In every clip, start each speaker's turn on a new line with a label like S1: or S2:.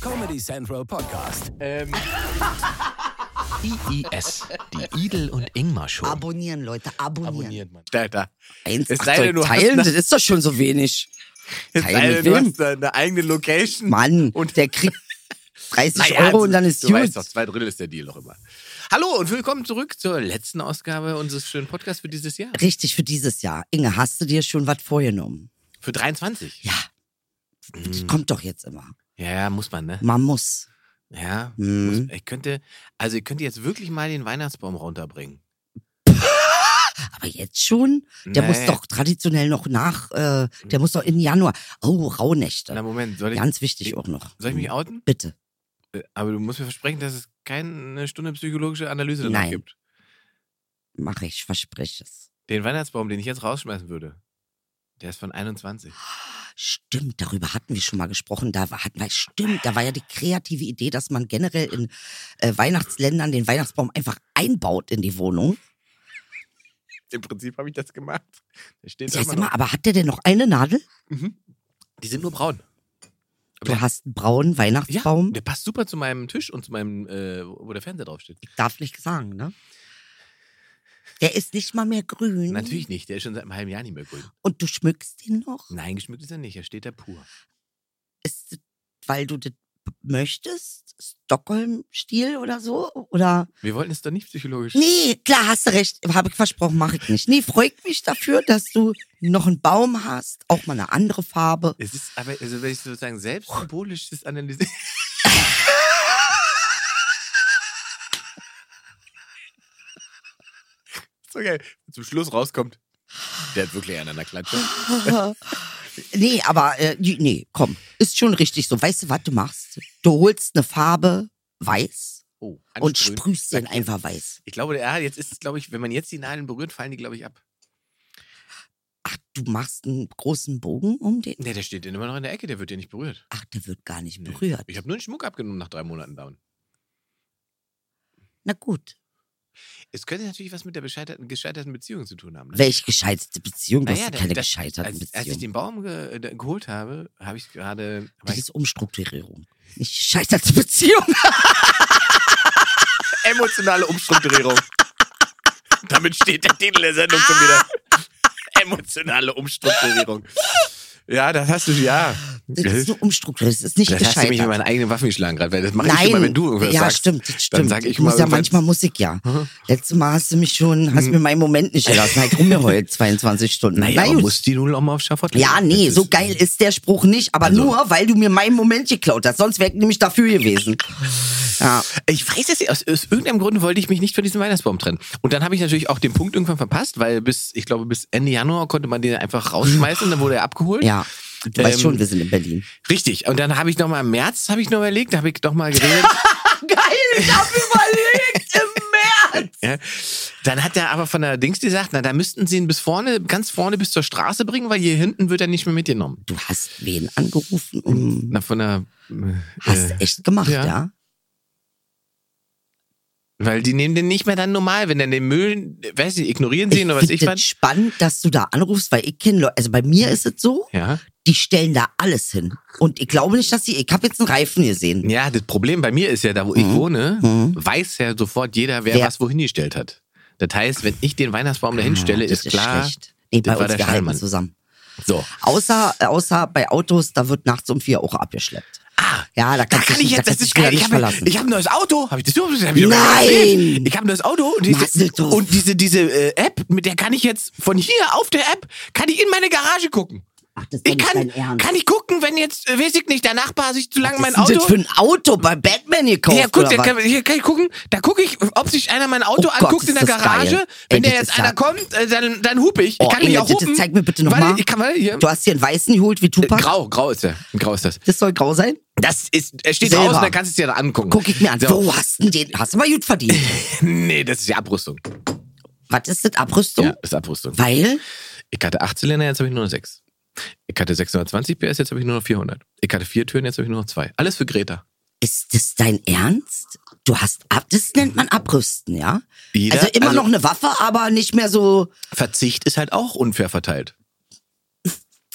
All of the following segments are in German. S1: Comedy Central Podcast.
S2: Ähm.
S3: IIS, die Idel und Ingmar Show.
S4: Abonnieren, Leute, abonnieren.
S2: Abonniert man. Alter.
S4: Eins,
S2: Es
S4: ach,
S2: sei denn,
S4: doch,
S2: du hast
S4: teilen,
S2: ne-
S4: das ist doch schon so wenig. Teilen
S2: Alter,
S4: mit
S2: du
S4: wem?
S2: hast eine eigene Location.
S4: Mann,
S2: Und-
S4: und der kriegt 30
S2: Naja,
S4: Euro und dann ist
S2: du
S4: gut.
S2: weißt doch, zwei Drittel ist der Deal noch immer. Hallo und willkommen zurück zur letzten Ausgabe unseres schönen Podcasts für dieses Jahr.
S4: Richtig für dieses Jahr. Inge, hast du dir schon was vorgenommen?
S2: Für 23.
S4: Ja.
S2: Hm.
S4: Das kommt doch jetzt immer.
S2: Ja, ja, muss man, ne?
S4: Man muss.
S2: Ja.
S4: Mhm.
S2: Muss, ich könnte, also ich könnte jetzt wirklich mal den Weihnachtsbaum runterbringen.
S4: Aber jetzt schon? Der
S2: Nee.
S4: muss doch traditionell noch nach, äh, der muss doch in Januar. Oh,
S2: Na
S4: Rauhnächte.
S2: Moment, soll ich,
S4: Ganz wichtig
S2: ich-
S4: auch noch. Hm.
S2: soll ich mich outen?
S4: Bitte.
S2: Äh, Aber du musst mir versprechen, dass es keine Stunde psychologische Analyse danach
S4: Nein.
S2: gibt.
S4: Mache ich, verspreche es.
S2: Den Weihnachtsbaum, den ich jetzt rausschmeißen würde, der ist von 21.
S4: Stimmt, darüber hatten wir schon mal gesprochen. Da war, hatten wir, stimmt, da war ja die kreative Idee, dass man generell in äh, Weihnachtsländern den Weihnachtsbaum einfach einbaut in die Wohnung.
S2: Im Prinzip habe ich das gemacht. Der steht da
S4: Ja,
S2: immer
S4: sag
S2: noch.
S4: mal, aber hat der denn noch eine Nadel?
S2: Die sind nur braun.
S4: Du
S2: Ja.
S4: hast einen braunen
S2: Ja,
S4: Weihnachtsbaum.
S2: der passt super zu meinem Tisch und zu meinem, äh, wo der Fernseher draufsteht.
S4: Darf nicht sagen, ne? Der ist nicht mal mehr grün.
S2: Natürlich nicht, der ist schon seit einem halben Jahr nicht mehr grün.
S4: Und du schmückst ihn noch?
S2: Nein, geschmückt ist er nicht, er steht da pur.
S4: Ist das, weil du das möchtest? Stockholm-Stil oder so? Oder?
S2: Wir wollten es doch nicht psychologisch.
S4: Nee, klar, hast du recht. Habe ich versprochen, mache ich nicht. Nee, freut mich dafür, dass du noch einen Baum hast. Auch mal eine andere Farbe.
S2: Es ist aber, also wenn ich sozusagen selbst symbolisch das analysiere. so geil. Zum Schluss rauskommt, der hat wirklich einen an der Klatsche.
S4: Nee, aber äh, nee, komm. Ist schon richtig so. Weißt du, was du machst? Du holst eine Farbe weiß
S2: Oh,
S4: und
S2: ansprühen.
S4: sprühst dann einfach weiß.
S2: Ich glaube, ja, jetzt ist es, glaube ich, wenn man jetzt die Nadeln berührt, fallen die, glaube ich, ab.
S4: Ach, du machst einen großen Bogen um den.
S2: Nee, der steht denn immer noch in der Ecke, der wird ja nicht berührt.
S4: Ach, der wird gar nicht
S2: Nee.
S4: berührt.
S2: Ich habe nur den Schmuck abgenommen nach drei Monaten down.
S4: Na gut.
S2: Es könnte natürlich was mit der bescheiterten, gescheiterten Beziehung zu tun haben. Ne?
S4: Welche gescheiterte Beziehung? Du
S2: Naja,
S4: hast
S2: da-
S4: ja keine
S2: das-
S4: gescheiterte
S2: Als, als ich
S4: Beziehung.
S2: den Baum ge äh, geholt habe, habe ich gerade. war
S4: Das
S2: ich
S4: ist Umstrukturierung. Nicht gescheiterte Beziehung.
S2: Emotionale Umstrukturierung. Damit steht der Titel der Sendung schon wieder. Emotionale Umstrukturierung. Ja, das hast du, ja.
S4: Das ist eine Umstrukturierung. Das ist nicht
S2: Das hast du mich mit
S4: gescheitert.
S2: meinen eigenen Waffen geschlagen gerade, weil das mache ich
S4: Nein.
S2: immer, wenn du irgendwas
S4: ja,
S2: sagst.
S4: stimmt, das stimmt.
S2: Dann sag ich
S4: muss
S2: mal
S4: ja,
S2: irgendwas- Mhm.
S4: manchmal muss ich ja. Letztes Mal hast du mich schon, hast mir meinen Moment nicht gelassen, halt rumgeheult, 22 Stunden.
S2: Naja,
S4: Na
S2: aber
S4: gut.
S2: muss die Nudel auch mal auf Schafott legen.
S4: ja, nee,
S2: Das
S4: so
S2: ist- Also-
S4: geil ist der Spruch nicht, aber nur, weil du mir meinen Moment geklaut hast. Sonst wäre ich nämlich dafür gewesen. Ja.
S2: Ich weiß es nicht, aus, aus irgendeinem Grund wollte ich mich nicht von diesem Weihnachtsbaum trennen. Und dann habe ich natürlich auch den Punkt irgendwann verpasst, weil bis, ich glaube, bis Ende Januar konnte man den einfach rausschmeißen, dann wurde er abgeholt.
S4: ja. Du weißt
S2: Ähm,
S4: schon, wir sind in Berlin.
S2: Richtig. Und dann habe ich nochmal im März, habe ich noch überlegt, da habe ich nochmal geredet.
S4: Geil, ich hab überlegt im März.
S2: ja. Dann hat er aber von der Dings gesagt, na, da müssten sie ihn bis vorne, ganz vorne bis zur Straße bringen, weil hier hinten wird er nicht mehr mitgenommen.
S4: Du hast wen angerufen und
S2: Na, von der, äh,
S4: hast echt gemacht,
S2: ja.
S4: ja?
S2: weil die nehmen den nicht mehr dann normal, wenn dann den Müll, äh, weiß nicht, ignorieren sie ihn oder was
S4: finde
S2: ich
S4: das
S2: was.
S4: spannend, dass du da anrufst, weil ich kenne Leute, also bei mir ist es so,
S2: Ja.
S4: die stellen da alles hin. Und ich glaube nicht, dass sie, ich habe jetzt einen Reifen gesehen.
S2: Ja, das Problem bei mir ist ja, da wo ich wohne, weiß ja sofort jeder, wer,
S4: Mhm. Wer- Ah,
S2: was wohin gestellt hat. Das heißt, wenn ich den Weihnachtsbaum dahin stelle,
S4: das
S2: ist klar.
S4: schlecht. Nee,
S2: das
S4: bei
S2: war
S4: uns
S2: der
S4: wir halten
S2: Schallmann.
S4: zusammen.
S2: So.
S4: Außer, äh, außer bei Autos, da wird nachts um vier auch abgeschleppt. Ah, ja, da
S2: Da
S4: kannst
S2: kann
S4: du
S2: ich
S4: dich- da
S2: jetzt, das
S4: kannst du
S2: ist
S4: dich wieder
S2: geil. Ich
S4: nicht
S2: habe
S4: verlassen.
S2: ich hab ein neues Auto. Habe ich das so? Hab ich das
S4: Nein!
S2: erzählt? Ich habe ein neues Auto. Und diese,
S4: Mann, du-
S2: und diese, diese äh, App, mit der kann ich jetzt von hier auf der App, kann ich in meine Garage gucken.
S4: Ach, das
S2: Ich kann, kann ich gucken, wenn jetzt, äh, weiß ich nicht, der Nachbar sich zu lange
S4: mein
S2: mein
S4: Was ist denn das
S2: Auto.
S4: für ein Auto bei Batman gekauft
S2: ja, gut,
S4: oder
S2: da
S4: was?
S2: kann, hier kann ich gucken. Da gucke ich, ob sich einer mein Auto
S4: Oh Gott,
S2: anguckt in
S4: ist
S2: der
S4: das geil.
S2: Garage.
S4: Ey,
S2: Wenn
S4: das
S2: der jetzt
S4: ist ja-
S2: einer kommt, äh, dann, dann hupe ich. Ich
S4: Oh,
S2: kann nämlich
S4: Inge,
S2: auch
S4: das-
S2: hupen.
S4: das zeig mir bitte noch
S2: Warte,
S4: mal.
S2: Ich kann mal hier.
S4: Du hast hier einen weißen geholt wie Tupac?
S2: Grau, grau ist der. Grau ist das.
S4: Das soll grau sein?
S2: Das ist, er steht
S4: Selber.
S2: draußen, da kannst du es dir dann angucken.
S4: Guck ich mir an.
S2: So.
S4: Wo hast du den? Hast du mal gut verdient.
S2: Nee, das ist die Abrüstung.
S4: Oh. was ist das? Abrüstung?
S2: Ja, das ist Abrüstung.
S4: Weil?
S2: Ich hatte 8 Zylinder, jetzt habe ich nur noch 6. Ich hatte 620 PS, jetzt habe ich nur noch 400. Ich hatte 4 Türen, jetzt habe ich nur noch 2. Alles für Greta.
S4: Ist das dein Ernst? Du hast ab, das nennt man abrüsten, ja?
S2: Jeder-
S4: also immer
S2: also-
S4: noch eine Waffe, aber nicht mehr so.
S2: Verzicht ist halt auch unfair verteilt.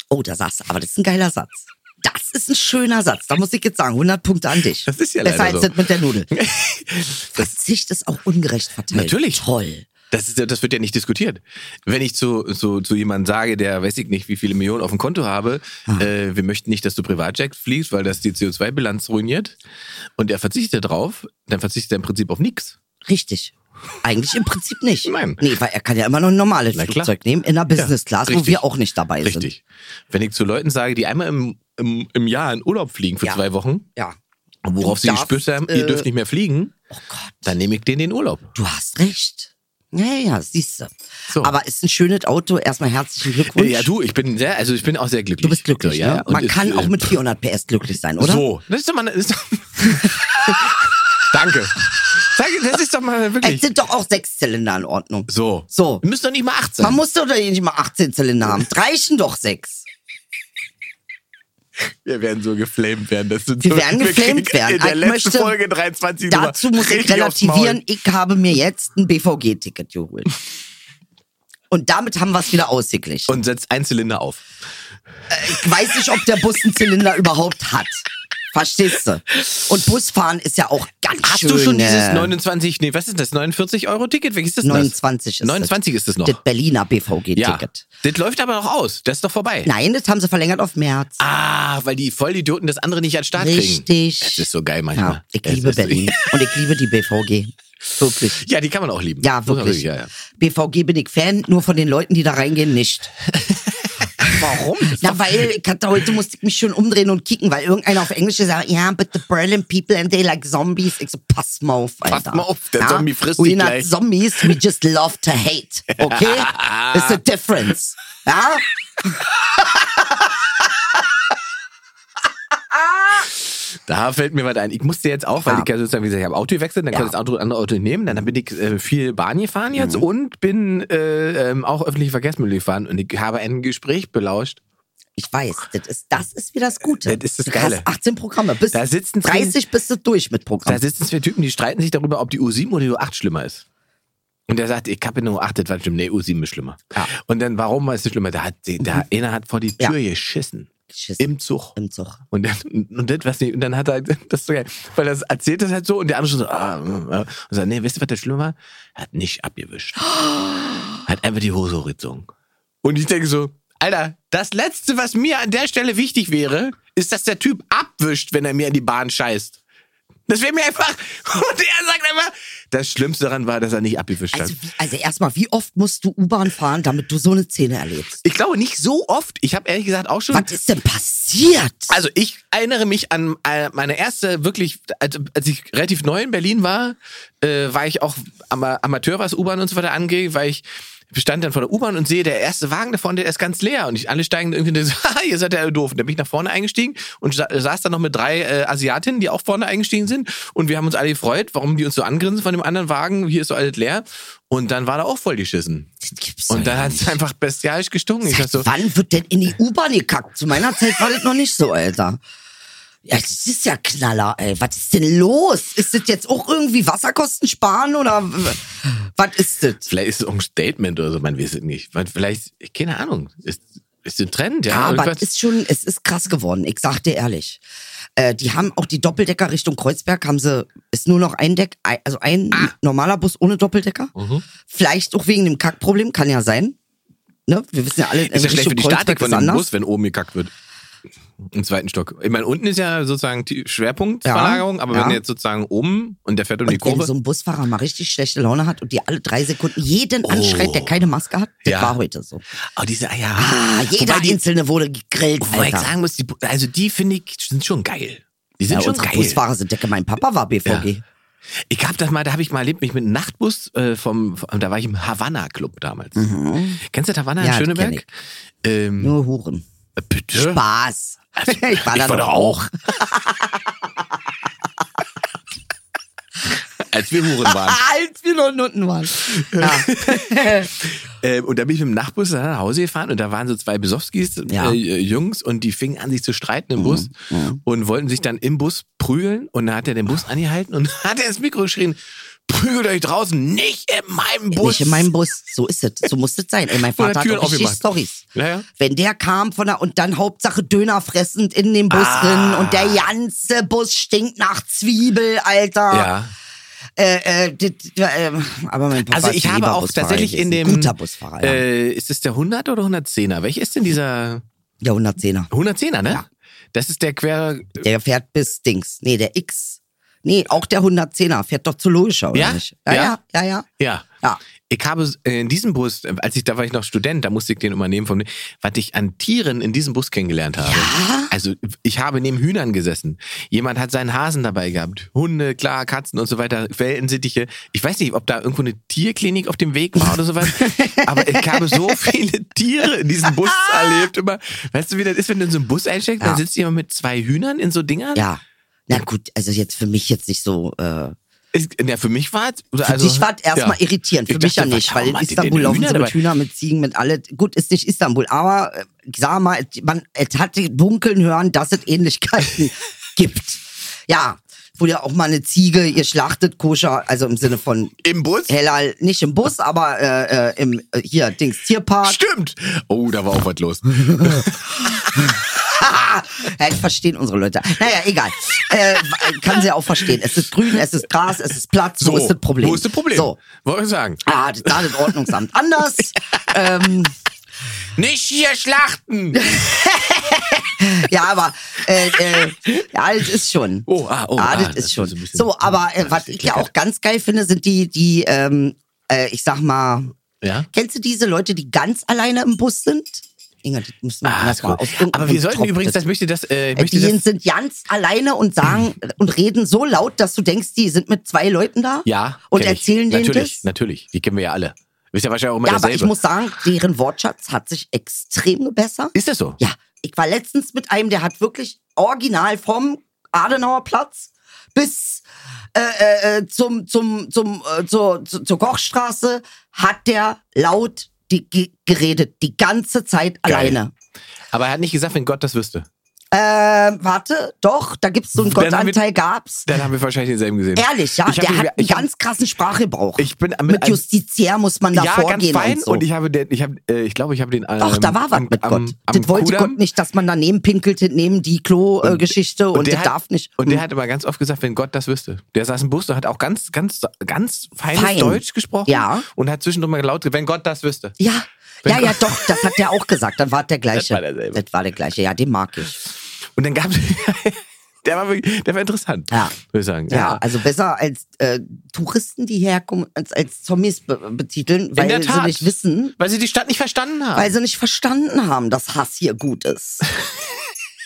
S4: Oh, da sagst du, aber das ist ein geiler Satz. Das ist ein schöner Satz. Da muss ich jetzt sagen, 100 Punkte an dich.
S2: Das ist ja
S4: Besser
S2: leider
S4: als
S2: so.
S4: das mit der Nudel. Verzicht ist auch ungerecht verteilt.
S2: Natürlich.
S4: Toll.
S2: Das, ist, ja- das wird ja nicht diskutiert. Wenn ich zu, zu, zu jemandem sage, der weiß ich nicht, wie viele Millionen auf dem Konto habe,
S4: Ah.
S2: äh, wir möchten nicht, dass du Privatjet fliegst, weil das die CO2-Bilanz ruiniert und er verzichtet drauf, dann verzichtet er im Prinzip auf nichts.
S4: Richtig. Eigentlich im Prinzip nicht.
S2: Nein.
S4: Nee, weil er kann ja immer noch ein normales
S2: Na klar.
S4: Flugzeug nehmen, in der Business Class,
S2: richtig.
S4: wo wir auch nicht dabei sind.
S2: Richtig. Wenn ich zu Leuten sage, die einmal im, im, im Jahr in Urlaub fliegen für
S4: Ja.
S2: zwei Wochen,
S4: Ja.
S2: worauf
S4: Du
S2: sie
S4: darfst,
S2: gespürt haben, ihr
S4: äh,
S2: dürft nicht mehr fliegen,
S4: Oh Gott.
S2: dann nehme ich denen den Urlaub.
S4: Du hast recht. Ja, ja, siehst du.
S2: So.
S4: Aber ist ein schönes Auto. Erstmal herzlichen Glückwunsch.
S2: Ja, du, ich bin sehr, also ich bin auch sehr glücklich.
S4: Du bist glücklich,
S2: so, ja?
S4: ne?
S2: Und
S4: Man
S2: es-
S4: kann
S2: äh,
S4: auch mit 400 PS glücklich sein, oder?
S2: So, das ist doch mal. eine- Das ist doch Danke. Danke, das ist doch mal
S4: Es
S2: wirklich.
S4: Äh, sind doch auch sechs Zylinder in Ordnung.
S2: So.
S4: So.
S2: Wir müssen doch nicht mal acht sein.
S4: Man muss doch nicht mal 18 Zylinder haben. Es Reichen doch sechs.
S2: wir werden so geflamed werden. Das sind
S4: Wir
S2: so,
S4: werden geflamed
S2: kriegen
S4: werden.
S2: In der
S4: Ich
S2: letzten
S4: möchte-
S2: Folge 23 Nummer
S4: Dazu muss ich
S2: richtig aufs Maul.
S4: relativieren, ich habe mir jetzt ein BVG-Ticket geholt. Und damit haben wir es wieder ausgeglichen.
S2: Und setzt einen Zylinder auf.
S4: Ich weiß nicht, ob der Bus einen Zylinder überhaupt hat. Verstehst du? Und Busfahren ist ja auch ganz
S2: Hast
S4: schön.
S2: du schon dieses
S4: äh,
S2: 29, nee, was ist das? 49 Euro Ticket? Welches ist das?
S4: 29 ist
S2: 29 ist das noch.
S4: das Berliner
S2: ja.
S4: BVG-Ticket.
S2: Das läuft aber noch aus. Das ist doch vorbei.
S4: Nein, das haben sie verlängert auf März.
S2: Ah, weil die Vollidioten das andere nicht an den Start kriegen.
S4: Richtig.
S2: Das ist so geil manchmal.
S4: ja, ich
S2: Es
S4: liebe
S2: ist so-
S4: Berlin. Und ich liebe die BVG. Wirklich.
S2: Ja, die kann man auch lieben.
S4: Ja,
S2: Muss man
S4: wirklich.
S2: Ja, ja.
S4: BVG bin ich Fan, nur von den Leuten, die da reingehen, nicht. Warum? Na, weil ich hatte, heute musste ich mich schon umdrehen und kicken, weil irgendeiner auf Englisch gesagt hat, ja, but the Berlin people and they like zombies. Ich so, pass mal auf, Alter.
S2: Pass mal auf, der Zombie frisst
S4: We're
S2: dich
S4: not
S2: gleich.
S4: zombies, we just love to hate. Okay? It's a difference. Ja?
S2: Da fällt mir was ein. Ich musste jetzt auch, weil
S4: Ja.
S2: ich ja sozusagen, wie gesagt, ich habe Auto gewechselt, dann
S4: Ja.
S2: konnte ich das Auto, andere Auto nehmen, dann bin ich äh, viel Bahn gefahren jetzt
S4: Mhm.
S2: und bin äh, ähm, auch öffentliche Verkehrsmittel gefahren und ich habe ein Gespräch belauscht.
S4: Ich weiß, das ist, das ist wieder das Gute.
S2: Das ist das
S4: du
S2: Geile.
S4: hast 18 Programme. Bis
S2: Da sitzen drin-
S4: 30 bist du durch mit
S2: Da
S4: Programmen.
S2: sitzen zwei Typen, die streiten sich darüber, ob die U7 oder die U8 schlimmer ist. Und der sagt, ich habe nur U8, das war schlimm. Nee, U7 ist schlimmer.
S4: Ja. Mhm.
S2: Und dann, warum ist es schlimmer? Da hat der einer hat vor die
S4: Ja.
S2: Tür geschissen.
S4: Schiss.
S2: Im Zug.
S4: Im Zug.
S2: Und dann, und das, was nicht, und dann hat er, halt das ist so geil, weil er erzählt das halt so und der andere schon so, ah, mm, ja. und sagt, nee, wisst ihr, was das Schlimme war? Er hat nicht abgewischt. hat einfach die Hose hochgezogen. Und ich denke so, Alter, das Letzte, was mir an der Stelle wichtig wäre, ist, dass der Typ abwischt, wenn er mir in die Bahn scheißt. Das wäre mir einfach, und er sagt einfach, das Schlimmste daran war, dass er nicht abgewischt
S4: Also,
S2: hat.
S4: wie- also erstmal, wie oft musst du U-Bahn fahren, damit du so eine Szene erlebst?
S2: Ich glaube nicht so oft. Ich habe ehrlich gesagt auch schon
S4: Was ist denn passiert?
S2: Also ich erinnere mich an äh, meine erste wirklich, als, als ich relativ neu in Berlin war, äh, war ich auch Ama Amateur, was U-Bahn und so weiter angeht, weil ich stand dann vor der U-Bahn und sehe, der erste Wagen da vorne, der ist ganz leer. Und ich, alle steigen irgendwie und denken so, "Ha, ihr seid ja alle doof. Und dann bin ich nach vorne eingestiegen und sa saß dann noch mit drei äh, Asiatinnen, die auch vorne eingestiegen sind. Und wir haben uns alle gefreut, warum die uns so angrinsen von dem anderen Wagen. Hier ist so alles leer. Und dann war da auch voll geschissen.
S4: Das gibt's doch
S2: Und dann
S4: ja
S2: hat
S4: nicht.
S2: es einfach bestialisch gestunken. Ich
S4: Seit
S2: dachte so,
S4: wann wird denn in die U-Bahn gekackt? Zu meiner Zeit war das noch nicht so, Alter. Ja, das ist ja Knaller, ey. Was ist denn los? Ist das jetzt auch irgendwie Wasserkosten sparen oder w- was ist das?
S2: Vielleicht ist es auch ein Statement oder so, man weiß es nicht. Man, vielleicht, keine Ahnung, ist, ist ein Trend, ja.
S4: Ja, aber
S2: irgendwas.
S4: es ist schon, es ist krass geworden. Ich sag dir ehrlich. Äh, die haben auch die Doppeldecker Richtung Kreuzberg, haben sie, ist nur noch ein Deck, ein- also ein
S2: Ah.
S4: normaler Bus ohne Doppeldecker.
S2: Mhm.
S4: Vielleicht auch wegen dem Kackproblem, kann ja sein. Ne? Wir wissen ja alle,
S2: ist ja schlecht für die Statik von
S4: ist
S2: dem
S4: anders.
S2: Bus, wenn oben gekackt wird. Im zweiten Stock. Ich meine, unten ist ja sozusagen die Schwerpunktverlagerung, aber
S4: ja.
S2: wenn jetzt sozusagen oben und der fährt um die
S4: Und wenn
S2: Kurve.
S4: so ein Busfahrer mal richtig schlechte Laune hat und die alle drei Sekunden jeden anschreit, der keine Maske hat, das
S2: Oh. Ja.
S4: war heute so.
S2: oh, diese, ah, ja.
S4: Ah, jeder
S2: wobei die,
S4: Einzelne wurde gegrillt,
S2: wobei ich
S4: Alter.
S2: sagen muss, die, also die finde ich sind schon geil. Die sind
S4: Ja,
S2: schon
S4: unsere
S2: geil.
S4: Busfahrer sind Decke. Mein Papa war BVG.
S2: Ich hab das mal, da habe ich mal erlebt, mich mit einem Nachtbus äh, vom, vom, da war ich im Havanna Club damals. Kennst du das Havanna
S4: Mhm. Ja,
S2: in
S4: das kenn
S2: Schöneberg? Ähm,
S4: Nur Huren.
S2: bitte?
S4: Spaß. ich war da
S2: Also, ich war
S4: noch
S2: da auch. Als wir Huren waren.
S4: Ah, Als wir noch in unten waren.
S2: Ähm, und da bin ich mit dem Nachtbus nach Hause gefahren und da waren so zwei Besowskis,
S4: Ja. Mhm.
S2: äh, Jungs, und die fingen an, sich zu streiten im Bus und wollten sich dann im Bus prügeln. Und da hat er den Bus angehalten und hat er ins Mikro geschrien, prügelt euch draußen, nicht in meinem Bus.
S4: Nicht in meinem Bus. So ist es. So muss es sein. Ey, mein
S2: Vor der
S4: Vater hat
S2: Tür
S4: auch richtig
S2: aufgemacht.
S4: Storys.
S2: Ja, ja.
S4: Wenn der kam von der und dann Hauptsache Döner fressend in den
S2: Ah.
S4: Bus drin und der ganze Bus stinkt nach Zwiebel, Alter.
S2: ja.
S4: Äh, äh, dit- dit- äh, aber mein Papa
S2: Also
S4: ist
S2: ich
S4: ein
S2: habe
S4: lieber
S2: auch
S4: Busfahrer
S2: tatsächlich in
S4: gewesen.
S2: dem
S4: guter Busfahrer, ja.
S2: äh, ist es der 100 oder 110er? Welcher ist denn dieser
S4: der 110er.
S2: 110er, ne?
S4: Ja.
S2: Das ist der quer
S4: Der fährt bis Dings. Nee, der X. Nee, auch der 110er fährt doch zoologischer, oder
S2: Ja?
S4: nicht? Ja,
S2: Ja.
S4: ja, ja, ja.
S2: ja.
S4: Ja.
S2: Ich habe äh, in diesem Bus, äh, als ich da war ich noch Student, da musste ich den immer nehmen von was ich an Tieren in diesem Bus kennengelernt habe. Also ich habe neben Hühnern gesessen. Jemand hat seinen Hasen dabei gehabt. Hunde, klar, Katzen und so weiter, Wellensittiche. Ich weiß nicht, ob da irgendwo eine Tierklinik auf dem Weg war oder sowas, aber ich habe so viele Tiere in diesem Bus erlebt immer. Weißt du, wie das ist, wenn du in so einen Bus einsteigst, dann
S4: Ja.
S2: sitzt jemand mit zwei Hühnern in so Dingern?
S4: Ja. Na gut, also jetzt für mich jetzt nicht so. Äh,
S2: Ist, na, für mich war es.
S4: für dich war es erstmal irritierend, für
S2: Also, Ich
S4: mich ja
S2: dachte,
S4: nicht,
S2: warum
S4: weil in
S2: hat die denn
S4: Istanbul laufen
S2: Hühner
S4: sie
S2: dabei?
S4: mit Hühner, mit Ziegen, mit alle. Gut, ist nicht Istanbul, aber äh, ich sag mal, et- man et hatte bunkeln hören, dass es Ähnlichkeiten gibt. Ja, wurde ja auch mal eine Ziege, ihr schlachtet koscher, also im Sinne von
S2: Im Bus?
S4: Hellal, nicht im Bus, aber äh, äh, im äh, hier Dings Tierpark.
S2: Stimmt. Oh, da war auch was los.
S4: Ja, ich verstehen unsere Leute. Naja, egal. äh, kann sie auch verstehen. Es ist grün, es ist Gras, es ist Platz. So, ist das Problem.
S2: Wo ist das Problem?
S4: So.
S2: Wollte ich sagen.
S4: Ah, das- da das Ordnungsamt anders. ähm,
S2: Nicht hier schlachten!
S4: ja, aber äh, äh, ja, das ist schon.
S2: Oh, ah, oh,
S4: ah,
S2: ah,
S4: das,
S2: das
S4: ist schon.
S2: ist ein bisschen-
S4: So, aber äh, was ich ja auch ganz geil finde, sind die, die, ähm, äh, ich sag mal,
S2: Ja?
S4: kennst du diese Leute, die ganz alleine im Bus sind? Inga, die müssen wir
S2: Ah,
S4: anders
S2: ist cool.
S4: mal auf
S2: Aber wir
S4: irgendeinem
S2: sollten
S4: Tropf
S2: übrigens,
S4: sitzen.
S2: das möchte das, äh, ich
S4: Äh,
S2: möchte
S4: Die
S2: das.
S4: sind ganz alleine und sagen und reden so laut, dass du denkst, die sind mit zwei Leuten da.
S2: Ja.
S4: Und
S2: kenn ich.
S4: erzählen denen
S2: Natürlich,
S4: das.
S2: natürlich. Die kennen wir ja alle. Ist ja wahrscheinlich auch immer
S4: Ja, aber
S2: dasselbe.
S4: ich muss sagen, deren Wortschatz hat sich extrem gebessert.
S2: ist das so?
S4: Ja, ich war letztens mit einem, der hat wirklich original vom Adenauerplatz bis äh, äh, zum, zum, zum, äh, zur, zur, zur Kochstraße hat der laut die, ge- geredet, die ganze Zeit alleine.
S2: Aber er hat nicht gesagt, wenn Gott das wüsste.
S4: Ähm, warte, doch, da gibt's so einen
S2: Dann haben wir-
S4: Gottanteil, gab's.
S2: Dann haben wir wahrscheinlich denselben gesehen.
S4: Ehrlich, ja,
S2: Ich hab
S4: der
S2: ihn-
S4: hat einen
S2: ich hab-
S4: ganz krassen Sprachgebrauch.
S2: Ich bin mit
S4: mit
S2: einem-
S4: Justiziär muss man da
S2: ja, ganz
S4: vorgehen
S2: fein.
S4: und so.
S2: ich habe den, ich habe, äh, ich glaube, ich habe den. Ähm,
S4: Doch, da war was
S2: am-
S4: mit
S2: am-
S4: Gott.
S2: am
S4: das wollte
S2: Kudamm.
S4: Gott nicht, dass man daneben pinkelt, neben die Klo-Geschichte und, das
S2: hat,
S4: darf nicht. Mhm.
S2: Und der hat immer ganz oft gesagt, wenn Gott das wüsste. Der saß im Bus und hat auch ganz, ganz, ganz feines
S4: Fein.
S2: Deutsch gesprochen.
S4: Ja.
S2: Und hat zwischendurch mal laut gesagt, wenn Gott das wüsste.
S4: ja,
S2: Wenn
S4: ja, ja, doch, das hat der auch gesagt. Dann war der gleiche.
S2: war derselbe.
S4: Das war der gleiche, ja, den mag ich.
S2: Und dann gab's, der war wirklich, der war interessant.
S4: Ja.
S2: Würde ich sagen.
S4: Ja, also besser als äh, Touristen, die herkommen, als, als Zombies be betiteln,
S2: der
S4: weil sie
S2: Tat.
S4: nicht wissen,
S2: Weil sie die Stadt nicht verstanden haben.
S4: weil sie nicht verstanden haben, dass Hass hier gut ist.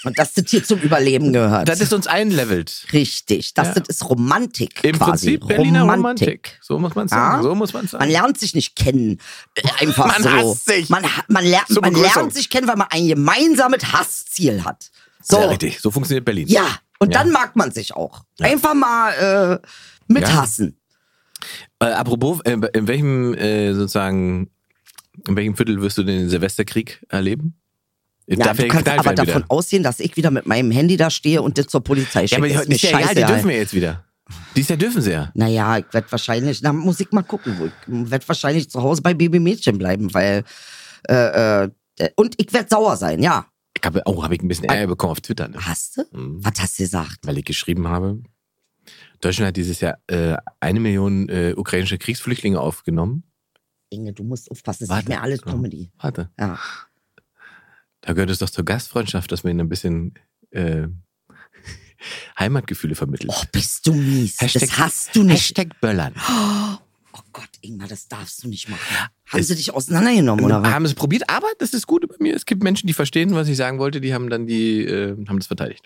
S4: und dass das hier zum Überleben gehört.
S2: das ist uns einlevelt.
S4: Richtig, das,
S2: Ja.
S4: das ist Romantik
S2: Im
S4: quasi.
S2: Prinzip Berliner Romantik. So muss man sagen.
S4: Ja?
S2: So muss man
S4: Man
S2: sagen.
S4: lernt sich nicht kennen. Äh, Einfach
S2: Man
S4: so.
S2: hasst sich.
S4: Man, ha- man, lernt,
S2: Zur
S4: man
S2: Begrüßung.
S4: lernt sich kennen, weil man ein gemeinsames Hassziel hat. So.
S2: Sehr richtig. So funktioniert Berlin.
S4: Ja, und
S2: Ja.
S4: dann mag man sich auch. Einfach mal äh, mithassen.
S2: Äh, apropos, äh, in welchem äh, sozusagen, in welchem Viertel wirst du den Silvesterkrieg erleben?
S4: Ja,
S2: Darf
S4: du
S2: ja
S4: kannst
S2: geknallt
S4: aber
S2: werden wieder.
S4: davon ausgehen, dass ich wieder mit meinem Handy da stehe und das zur Polizei schicke.
S2: Ja, aber die,
S4: Ist
S2: ist
S4: mir
S2: ja egal, die
S4: scheißegal.
S2: dürfen ja jetzt wieder. Dies Jahr dürfen sie ja.
S4: Naja, ich werde wahrscheinlich, na, muss ich mal gucken, wo ich werde wahrscheinlich zu Hause bei Babymädchen bleiben, weil, äh, äh, und ich werde sauer sein, ja.
S2: Ich habe, oh, habe ich ein bisschen Ärger bekommen auf Twitter, ne?
S4: Hast du?
S2: Mhm.
S4: Was hast du gesagt?
S2: weil ich geschrieben habe, Deutschland hat dieses Jahr äh, eine Million äh, ukrainische Kriegsflüchtlinge aufgenommen.
S4: Inge, du musst aufpassen, es ist
S2: Warte.
S4: nicht mehr alles
S2: Ja.
S4: Comedy.
S2: Warte,
S4: Ja.
S2: da gehört es doch zur Gastfreundschaft, dass man ihnen ein bisschen äh, Heimatgefühle vermittelt.
S4: Oh, bist du mies.
S2: Hashtag-
S4: das hast du nicht.
S2: Hashtag Böllern.
S4: Oh Gott, Ingmar, das darfst du nicht machen. Haben sie dich auseinandergenommen oder was?
S2: Haben es probiert, aber das ist gut bei mir. Es gibt Menschen, die verstehen, was ich sagen wollte, die haben dann die, äh, haben das verteidigt.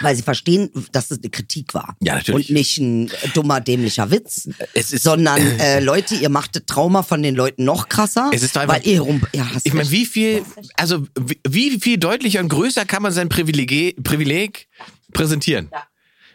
S4: Weil sie verstehen, dass es eine Kritik war.
S2: Ja, natürlich.
S4: Und nicht ein äh, dummer, dämlicher Witz.
S2: Es ist-
S4: sondern äh, Leute, ihr macht das Trauma von den Leuten noch krasser.
S2: Es ist doch einfach-
S4: weil ihr rum. Ja, hast
S2: Ich meine,
S4: recht.
S2: wie viel, also wie, wie viel deutlicher und größer kann man sein Privileg, Privileg präsentieren?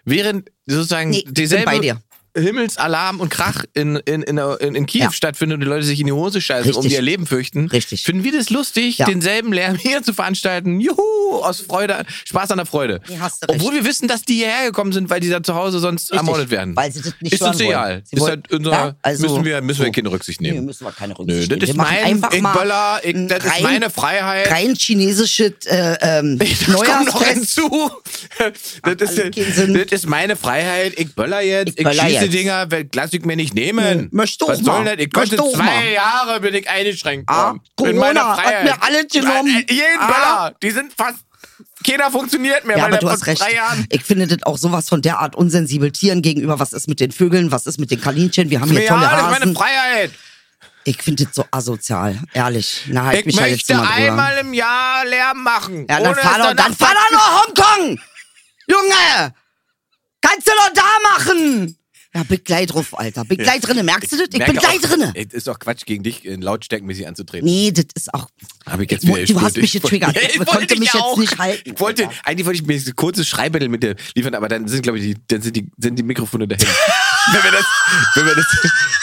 S2: Während sozusagen
S4: Nee, ich bin
S2: dieselbe,
S4: bei dir.
S2: Himmelsalarm und Krach in, in, in, in, in Kiew
S4: Ja.
S2: stattfindet und die Leute sich in die Hose scheißen, um
S4: Richtig.
S2: ihr Leben fürchten.
S4: Richtig.
S2: Finden wir das lustig,
S4: Ja.
S2: denselben Lärm hier zu veranstalten? Juhu! Aus Freude, Spaß an der Freude.
S4: Nee, hast du recht.
S2: Obwohl wir wissen, dass die hierher gekommen sind, weil die da zu Hause sonst
S4: Richtig,
S2: ermordet werden.
S4: weil sie das nicht
S2: Ist uns
S4: hören wollen.
S2: egal.
S4: Sie
S2: Ist
S4: wollen-
S2: halt unser,
S4: Ja, also-
S2: müssen wir, müssen wir
S4: so.
S2: keine Rücksicht
S4: Nee,
S2: nehmen.
S4: müssen wir keine Rücksicht
S2: Nö,
S4: nehmen.
S2: das ist
S4: wir machen
S2: mein,
S4: einfach
S2: ich
S4: mal
S2: Böller, ich,
S4: ein
S2: das ist
S4: rein-
S2: meine Freiheit.
S4: Rein chinesisches äh, ähm,
S2: Das kommt noch
S4: Neujahrsfest.
S2: hinzu. Das ist,
S4: alle keinen Sinn.
S2: das ist meine Freiheit. Ich böller jetzt. Ich,
S4: Ich böller
S2: schieße
S4: jetzt.
S2: Dinger, weil lass ich mir nicht nehmen.
S4: Nee, möcht doch
S2: Was
S4: mal.
S2: soll das? Ich
S4: Möcht
S2: konnte
S4: doch
S2: zwei
S4: mal.
S2: Jahre bin ich eingeschränkt
S4: Ah,
S2: worden. in
S4: Corona
S2: meiner
S4: hat
S2: Freiheit.
S4: mir alles genommen.
S2: Äh, Jeden
S4: Ah.
S2: Böller. Die sind fast... Keiner funktioniert mehr,
S4: Ja,
S2: weil der
S4: aber du
S2: vor
S4: hast recht.
S2: drei Jahren...
S4: Ich finde das auch sowas von der Art unsensibel Tieren gegenüber. Was ist mit den Vögeln? Was ist mit den Kaninchen? Wir haben hier
S2: Ja,
S4: tolle
S2: das ist meine
S4: Hasen.
S2: Freiheit.
S4: Ich finde das so asozial. Ehrlich. Na, halt
S2: Ich
S4: mich ja jetzt
S2: möchte
S4: mal drüber.
S2: einmal im Jahr Lärm machen.
S4: Ja,
S2: ohne
S4: dann fahr
S2: dass
S4: doch,
S2: danach
S4: dann fahr doch nach Hongkong! Junge! Kannst du doch da machen! Ja, bin gleich drauf, Alter. Bin gleich drinne. Merkst du das? Ich
S2: merke
S4: bin gleich
S2: auch,
S4: drinne.
S2: ey, Ist doch Quatsch, gegen dich äh, lautstärkenmäßig anzutreten.
S4: Nee, das ist auch.
S2: Hab ich jetzt
S4: Ich
S2: wieder
S4: mo- du
S2: gespürt.
S4: hast mich
S2: Ich woll-
S4: getriggert. Ich
S2: wollte
S4: konnte
S2: ja
S4: mich jetzt
S2: auch.
S4: nicht halten.
S2: Ich wollte, eigentlich wollte ich mir ein kurzes Schreibbettel mit dir liefern, aber dann sind, glaube ich, die, dann sind die, sind die Mikrofone dahin. wenn wir das, wenn wir das,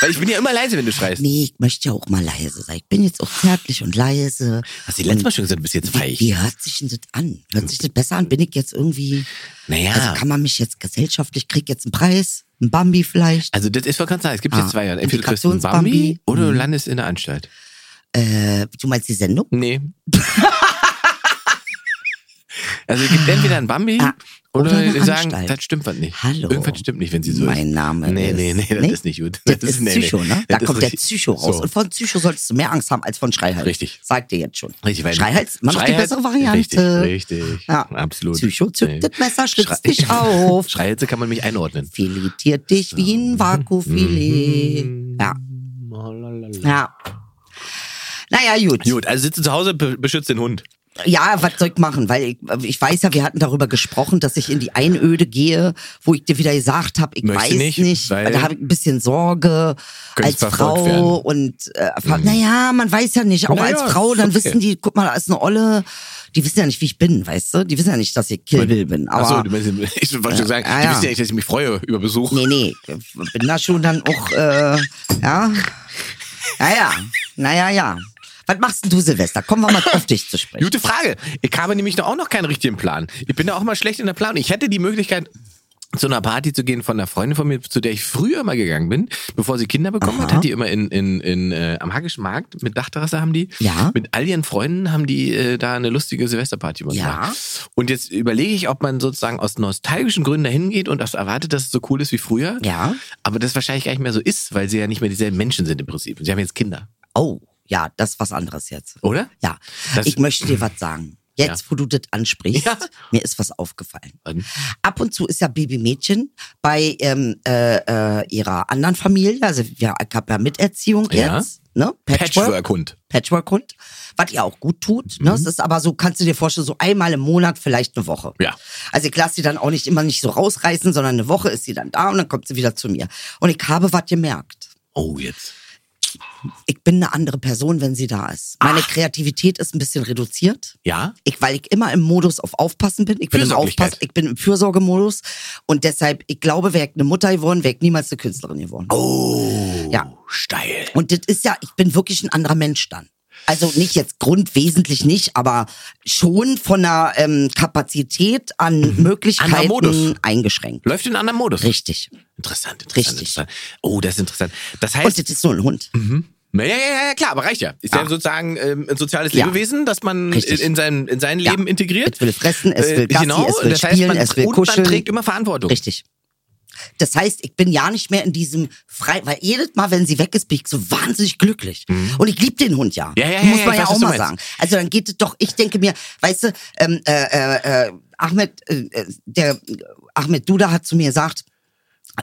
S2: weil ich bin ja immer leise, wenn du schreist.
S4: Nee, ich möchte ja auch mal leise sein. Ich bin jetzt auch zärtlich und leise.
S2: Hast du letztes Mal schon gesagt, du bist jetzt
S4: Wie, wie hört sich denn das an? Hört sich das besser an? Bin ich jetzt irgendwie.
S2: Naja.
S4: Also kann man mich jetzt gesellschaftlich, krieg jetzt einen Preis? Ein Bambi vielleicht?
S2: Also das ist voll ganz klar. Es gibt jetzt
S4: Ah,
S2: zwei Jahre. Entweder du kriegst einen Bambi
S4: Integrations-Bambi.
S2: oder du landest in der Anstalt.
S4: Äh, du meinst die Sendung?
S2: Nee. also es gibt entweder einen Bambi
S4: Ah,
S2: oder,
S4: oder eine
S2: die sagen,
S4: Anstalt.
S2: das stimmt was nicht.
S4: Hallo.
S2: Irgendwas stimmt nicht, wenn sie so
S4: Mein Name
S2: ist. Nee,
S4: ist.
S2: nee, nee, das
S4: Nee?
S2: ist nicht gut.
S4: Das, ist Psycho, ne? Da
S2: das ist
S4: kommt der
S2: richtig-
S4: Psycho raus.
S2: So.
S4: Und von Psycho solltest du mehr Angst haben als von Schreihals.
S2: Richtig.
S4: Sag dir jetzt schon.
S2: Richtig, weil
S4: Schreihals, man macht die
S2: Schreihals-
S4: bessere Variante.
S2: Richtig, richtig.
S4: Ja.
S2: Absolut.
S4: Psycho zückt
S2: Nee.
S4: das Messer, schlitzt
S2: Schrei-
S4: dich auf.
S2: Schreihälse kann man mich einordnen.
S4: Filetiert dich wie ein
S2: Mhm.
S4: Vakufilet. Ja, ja. Naja, gut.
S2: Gut, also sitze zu Hause, be- beschützt den Hund.
S4: Ja, was soll ich machen? Weil ich, äh, ich weiß ja, wir hatten darüber gesprochen, dass ich in die Einöde gehe, wo ich dir wieder gesagt habe, ich
S2: Möchte
S4: weiß
S2: nicht,
S4: nicht,
S2: weil-
S4: da habe ich ein bisschen Sorge als
S2: Könntest verfolgt
S4: Frau
S2: werden.
S4: und äh, ver- naja, man weiß ja nicht, auch
S2: Naja,
S4: als Frau, dann
S2: ist okay.
S4: wissen die, guck mal, da ist eine Olle, die wissen ja nicht, wie ich bin, weißt du? Die wissen ja nicht, dass ich Kill Bill bin. Aber
S2: Achso, du meinst, ich wollte schon sagen,
S4: Ja,
S2: du
S4: ja.
S2: wissen ja nicht, dass ich mich freue über Besuch.
S4: Nee, nee, ich bin da schon dann auch, äh, ja. Naja, naja, ja. Was machst denn du, Silvester? Kommen wir mal auf dich zu sprechen.
S2: Gute Frage. Ich habe nämlich noch auch noch keinen richtigen Plan. Ich bin da auch mal schlecht in der Planung. Ich hätte die Möglichkeit, zu einer Party zu gehen von einer Freundin von mir, zu der ich früher mal gegangen bin, bevor sie Kinder bekommen hat, hat die immer in, in, in äh, am Hackischen Markt mit Dachterrasse haben die.
S4: Ja.
S2: Mit all ihren Freunden haben die äh, da eine lustige Silvesterparty gemacht.
S4: Ja.
S2: Und jetzt überlege ich, ob man sozusagen aus nostalgischen Gründen dahin geht und das erwartet, dass es so cool ist wie früher.
S4: Ja.
S2: Aber das wahrscheinlich gar nicht mehr so ist, weil sie ja nicht mehr dieselben Menschen sind im Prinzip. Sie haben jetzt Kinder,
S4: Oh, ja, das ist was anderes jetzt.
S2: oder?
S4: Ja,
S2: Das-
S4: ich möchte dir was sagen. Jetzt,
S2: Ja.
S4: wo du das ansprichst,
S2: Ja.
S4: mir ist was aufgefallen.
S2: Und-
S4: Ab und zu ist ja Babymädchen bei ähm, äh, äh, ihrer anderen Familie, also ja, ich habe ja Miterziehung
S2: Ja.
S4: jetzt, ne?
S2: Patchwork-Hund.
S4: Patchwork-Hund, was ihr auch gut tut.
S2: Mhm.
S4: Ne? Es ist aber so, kannst du dir vorstellen, so einmal im Monat, vielleicht eine Woche.
S2: Ja.
S4: Also ich lasse sie dann auch nicht immer nicht so rausreißen, sondern eine Woche ist sie dann da und dann kommt sie wieder zu mir. Und ich habe was gemerkt.
S2: Oh, jetzt.
S4: Ich bin eine andere Person, wenn sie da ist. Meine Kreativität ist ein bisschen reduziert.
S2: Ja?
S4: Ich, weil ich immer im Modus auf Aufpassen bin. Ich bin im
S2: Fürsorglichkeit.
S4: Aufpass, ich bin im Fürsorgemodus. Und deshalb, ich glaube, wäre ich eine Mutter geworden, wäre ich niemals eine Künstlerin geworden.
S2: Oh.
S4: Ja.
S2: Steil.
S4: Und das ist ja, ich bin wirklich ein anderer Mensch dann. Also nicht jetzt grundwesentlich nicht, aber schon von der ähm, Kapazität an
S2: Mhm. Anderer
S4: Möglichkeiten
S2: Modus.
S4: eingeschränkt.
S2: Läuft in einem anderen Modus.
S4: Richtig.
S2: Interessant, interessant,
S4: Richtig.
S2: interessant. Oh, das ist interessant. Das
S4: Und
S2: heißt,
S4: das ist nur ein Hund.
S2: na, ja, ja, ja, klar, aber reicht ja. Ist ja,
S4: Ja.
S2: sozusagen ähm, ein soziales
S4: Ah. Ja.
S2: Lebewesen, das man in,
S4: Richtig.
S2: in sein, in sein
S4: Ja.
S2: Leben integriert.
S4: Es will fressen, es
S2: Äh,
S4: will Gassi,
S2: genau,
S4: es will
S2: das heißt,
S4: spielen,
S2: man,
S4: es will
S2: und
S4: kuscheln.
S2: man trägt immer Verantwortung.
S4: Richtig. Das heißt, ich bin ja nicht mehr in diesem frei, weil jedes Mal, wenn sie weg ist, bin ich so wahnsinnig glücklich. Und ich liebe den Hund ja.
S2: Mhm. Ja, ja, ja,
S4: Muss
S2: ja,
S4: man
S2: ich
S4: ja
S2: weiß, was
S4: auch
S2: du
S4: mal
S2: meinst.
S4: sagen. Also dann geht es doch, ich denke mir, weißt du, ähm, äh, äh, äh, Ahmed, äh, äh, der Ahmed Duda hat zu mir gesagt,